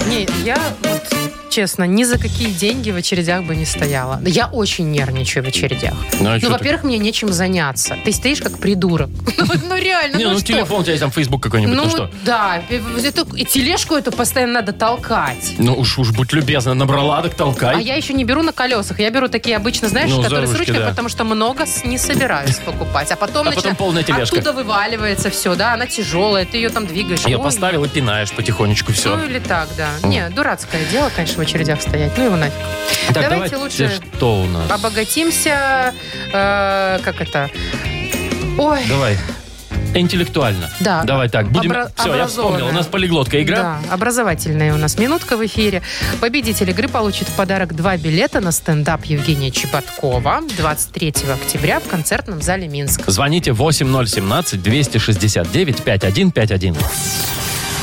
Не, я вот, честно, ни за какие деньги в очередях бы не стояла. Я очень нервничаю в очередях.
Ну, а чё
ну,
ты?
во-первых, мне нечем заняться. Ты стоишь как придурок. Ну, ну, реально,
Не,
ну
ну
что?
телефон у тебя есть там, Facebook какой-нибудь, ну
Ну
что?
да, и вот эту- и тележку эту постоянно надо толкать.
Ну уж, уж будь любезна, набрала, так толкай.
А я еще не беру на колесах. Я беру такие обычно, знаешь,
Ну,
которые
заружки,
с ручкой,
да.
потому что много с- не собираюсь покупать. А потом,
А потом
начина-
полная тележка.
оттуда вываливается все, да, она тяжелая, ты ее там двигаешь.
Я
Ой,
поставил и пинаешь потихонечку все.
Ну или так, да. Не, дурацкое дело, конечно, в очередях стоять. Ну его нафиг.
Так,
Давайте
давайте,
лучше-
что у нас?
Обогатимся, э, как это? Ой,
Давай. Интеллектуально.
Да.
Давай так. Будем...
Обра-
Все, я вспомнил. У нас
образованная.
полиглотка игра.
Да, образовательная у нас минутка в эфире. Победитель игры получит в подарок два билета на стендап Евгения Чеботкова 23 октября в концертном зале Минск.
Звоните 8017-269-5151.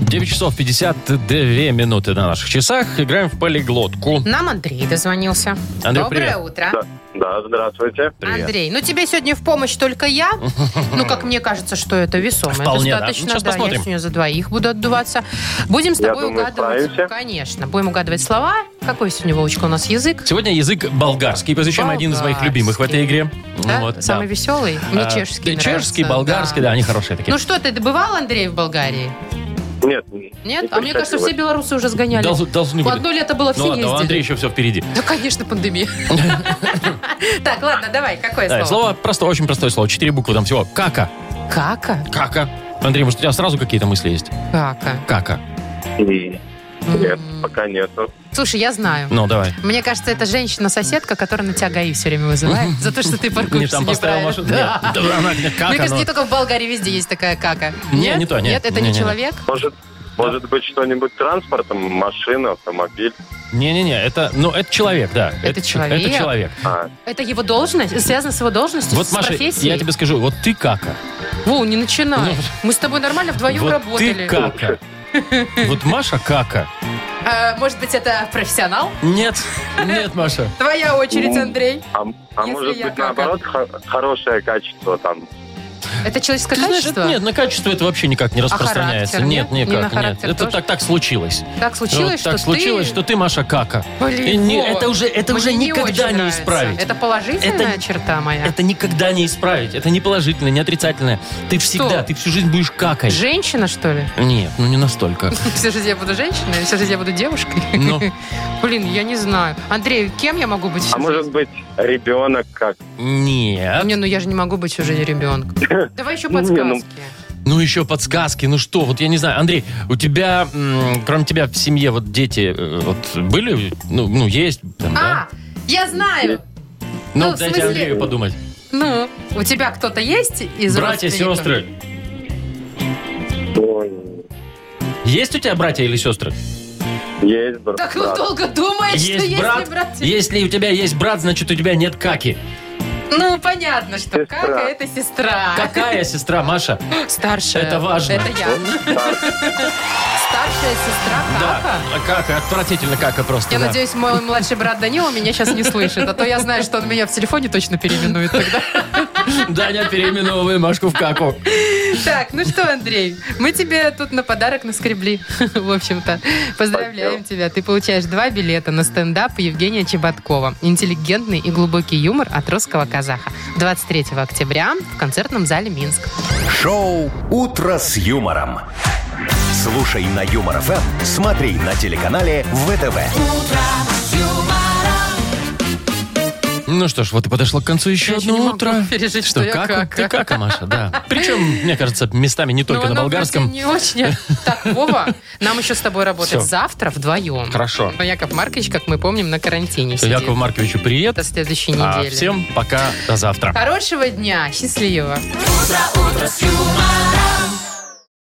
9 часов 52 минуты на наших часах. Играем в полиглотку.
Нам Андрей дозвонился.
Андрей,
Доброе
привет.
утро.
Да, здравствуйте.
Андрей, ну тебе сегодня в помощь только я. Ну, как мне кажется, что это весомо.
Вполне, да.
достаточно,
Ну, сейчас
да.
посмотрим.
Я сегодня за двоих буду отдуваться. Будем с тобой
думаю,
угадывать.
справимся.
Конечно. Будем угадывать слова. Какой сегодня, Вовочка, у нас язык?
Сегодня язык болгарский, причем один из моих
Болгарский.
любимых в этой игре. ну
Да?
Вот, да.
Самый веселый? Мне
А,
чешский
да, Чешский,
нравится,
болгарский, да. они хорошие такие.
Ну что, ты добывал, Андрей, в Болгарии?
Нет.
Нет? а мне кажется, все белорусы уже сгоняли.
Долз- должны
В
были.
одно лето было
Ну
все
ладно, у Андрея
ездили.
еще все впереди.
Да, конечно, пандемия. Так, ладно, давай, какое
Да,
слово?
слово простое, очень простое слово. Четыре буквы там всего. Кака.
Кака?
Кака. Андрей, может, у тебя сразу какие-то мысли есть?
Кака.
Кака.
Нет, пока нету.
Слушай, я знаю.
Ну, давай.
Мне кажется, это женщина-соседка, которая на тебя ГАИ все время вызывает за то, что ты паркуешься
Не там поставил
неправильно.
машину.
Да.
Нет, да она ну. как
Мне кажется,
она?
не только в Болгарии везде есть такая кака.
Не, не то, нет.
Нет, это
Не,
не
не, не.
человек?
Может, может быть, что-нибудь транспортом, машина, автомобиль.
Не-не-не, это, ну, это человек, да.
Это человек.
Это человек.
А,
Это его должность? Связано с его должностью?
Вот,
с
Маша,
профессией?
я тебе скажу, вот ты кака.
Во, не начинай.
Ну,
Мы с тобой нормально вдвоем
вот
работали.
ты кака. Вот Маша кака.
А, может быть, это профессионал?
Нет, нет, Маша.
Твоя очередь, Андрей.
а- а
Если
может
я
быть,
кака.
наоборот, хо- хорошее качество там.
Это человеческое
Ты знаешь,
качество?
это- нет, на качество это вообще никак не распространяется.
А характер
нет,
нет?
никак,
Не на
нет.
характер
Это
тоже?
так, так случилось.
Так случилось,
Вот
что
так случилось,
ты...
что ты Маша кака.
Блин,
И не-
Вова,
это уже, это
мне
уже
не
никогда
очень
не
нравится.
исправить.
Это положительная
Это-
черта моя.
Это никогда не исправить. Это не положительное, не отрицательное. Ты всегда, ты всю жизнь будешь какой.
Женщина, что ли?
Нет, ну не настолько.
Всю жизнь я буду женщиной, всю жизнь я буду девушкой.
Ну.
Блин, я не знаю. Андрей, кем я могу быть? всю
А может
жизнь?
быть, ребенок как?
Нет.
Не, ну я же не могу быть всю жизнь ребенком. Давай еще подсказки.
Не, ну,
Ну еще подсказки, ну что, вот я не знаю. Андрей, у тебя, м, кроме тебя в семье вот дети э, вот были? Ну, ну есть там,
А,
да?
я знаю.
Ну,
ну, в
дайте
смысле-
Андрею подумать.
Ну, у тебя кто-то есть из
братья,
родственников?
сестры.
Ой,
Есть у тебя братья или сестры?
Есть брат.
Так ну долго думаешь, что есть ли братья?
Если у тебя есть брат, значит у тебя нет каки.
Ну, понятно, что
Сестра.
как это сестра.
Какая сестра, Маша?
Старшая.
Это важно.
Это я. Старшая сестра Кака.
а Кака, отвратительно кака просто.
Я
да.
надеюсь, мой младший брат Данила меня сейчас не слышит, а то я знаю, что он меня в телефоне точно переименует тогда.
Даня, переименовывай Машку в каку.
Так, ну что, Андрей, мы тебе тут на подарок наскребли, в общем-то. Поздравляем тебя. Ты получаешь два билета на стендап Евгения Чеботкова. Интеллигентный и глубокий юмор от русского казаха. 23 октября в концертном зале Минск.
Шоу «Утро с юмором». Слушай на Юмор ФМ, смотри на телеканале ВТВ.
Ну что ж, вот и подошло к концу еще
Я еще
одно
не могу
утро.
пережить, что я
кака?
кака.
Ты кака, Маша, да. Причем, мне кажется, местами не только
Ну,
на
оно вроде
болгарском.
Не очень. Так, Вова, нам еще с тобой работать
Всё.
завтра вдвоем.
Хорошо.
Но Яков Маркович, как мы помним, на карантине сидит.
Якову Марковичу привет.
До следующей
А
недели.
всем пока, до завтра.
Хорошего дня, счастливо.
утро, утро с юмором.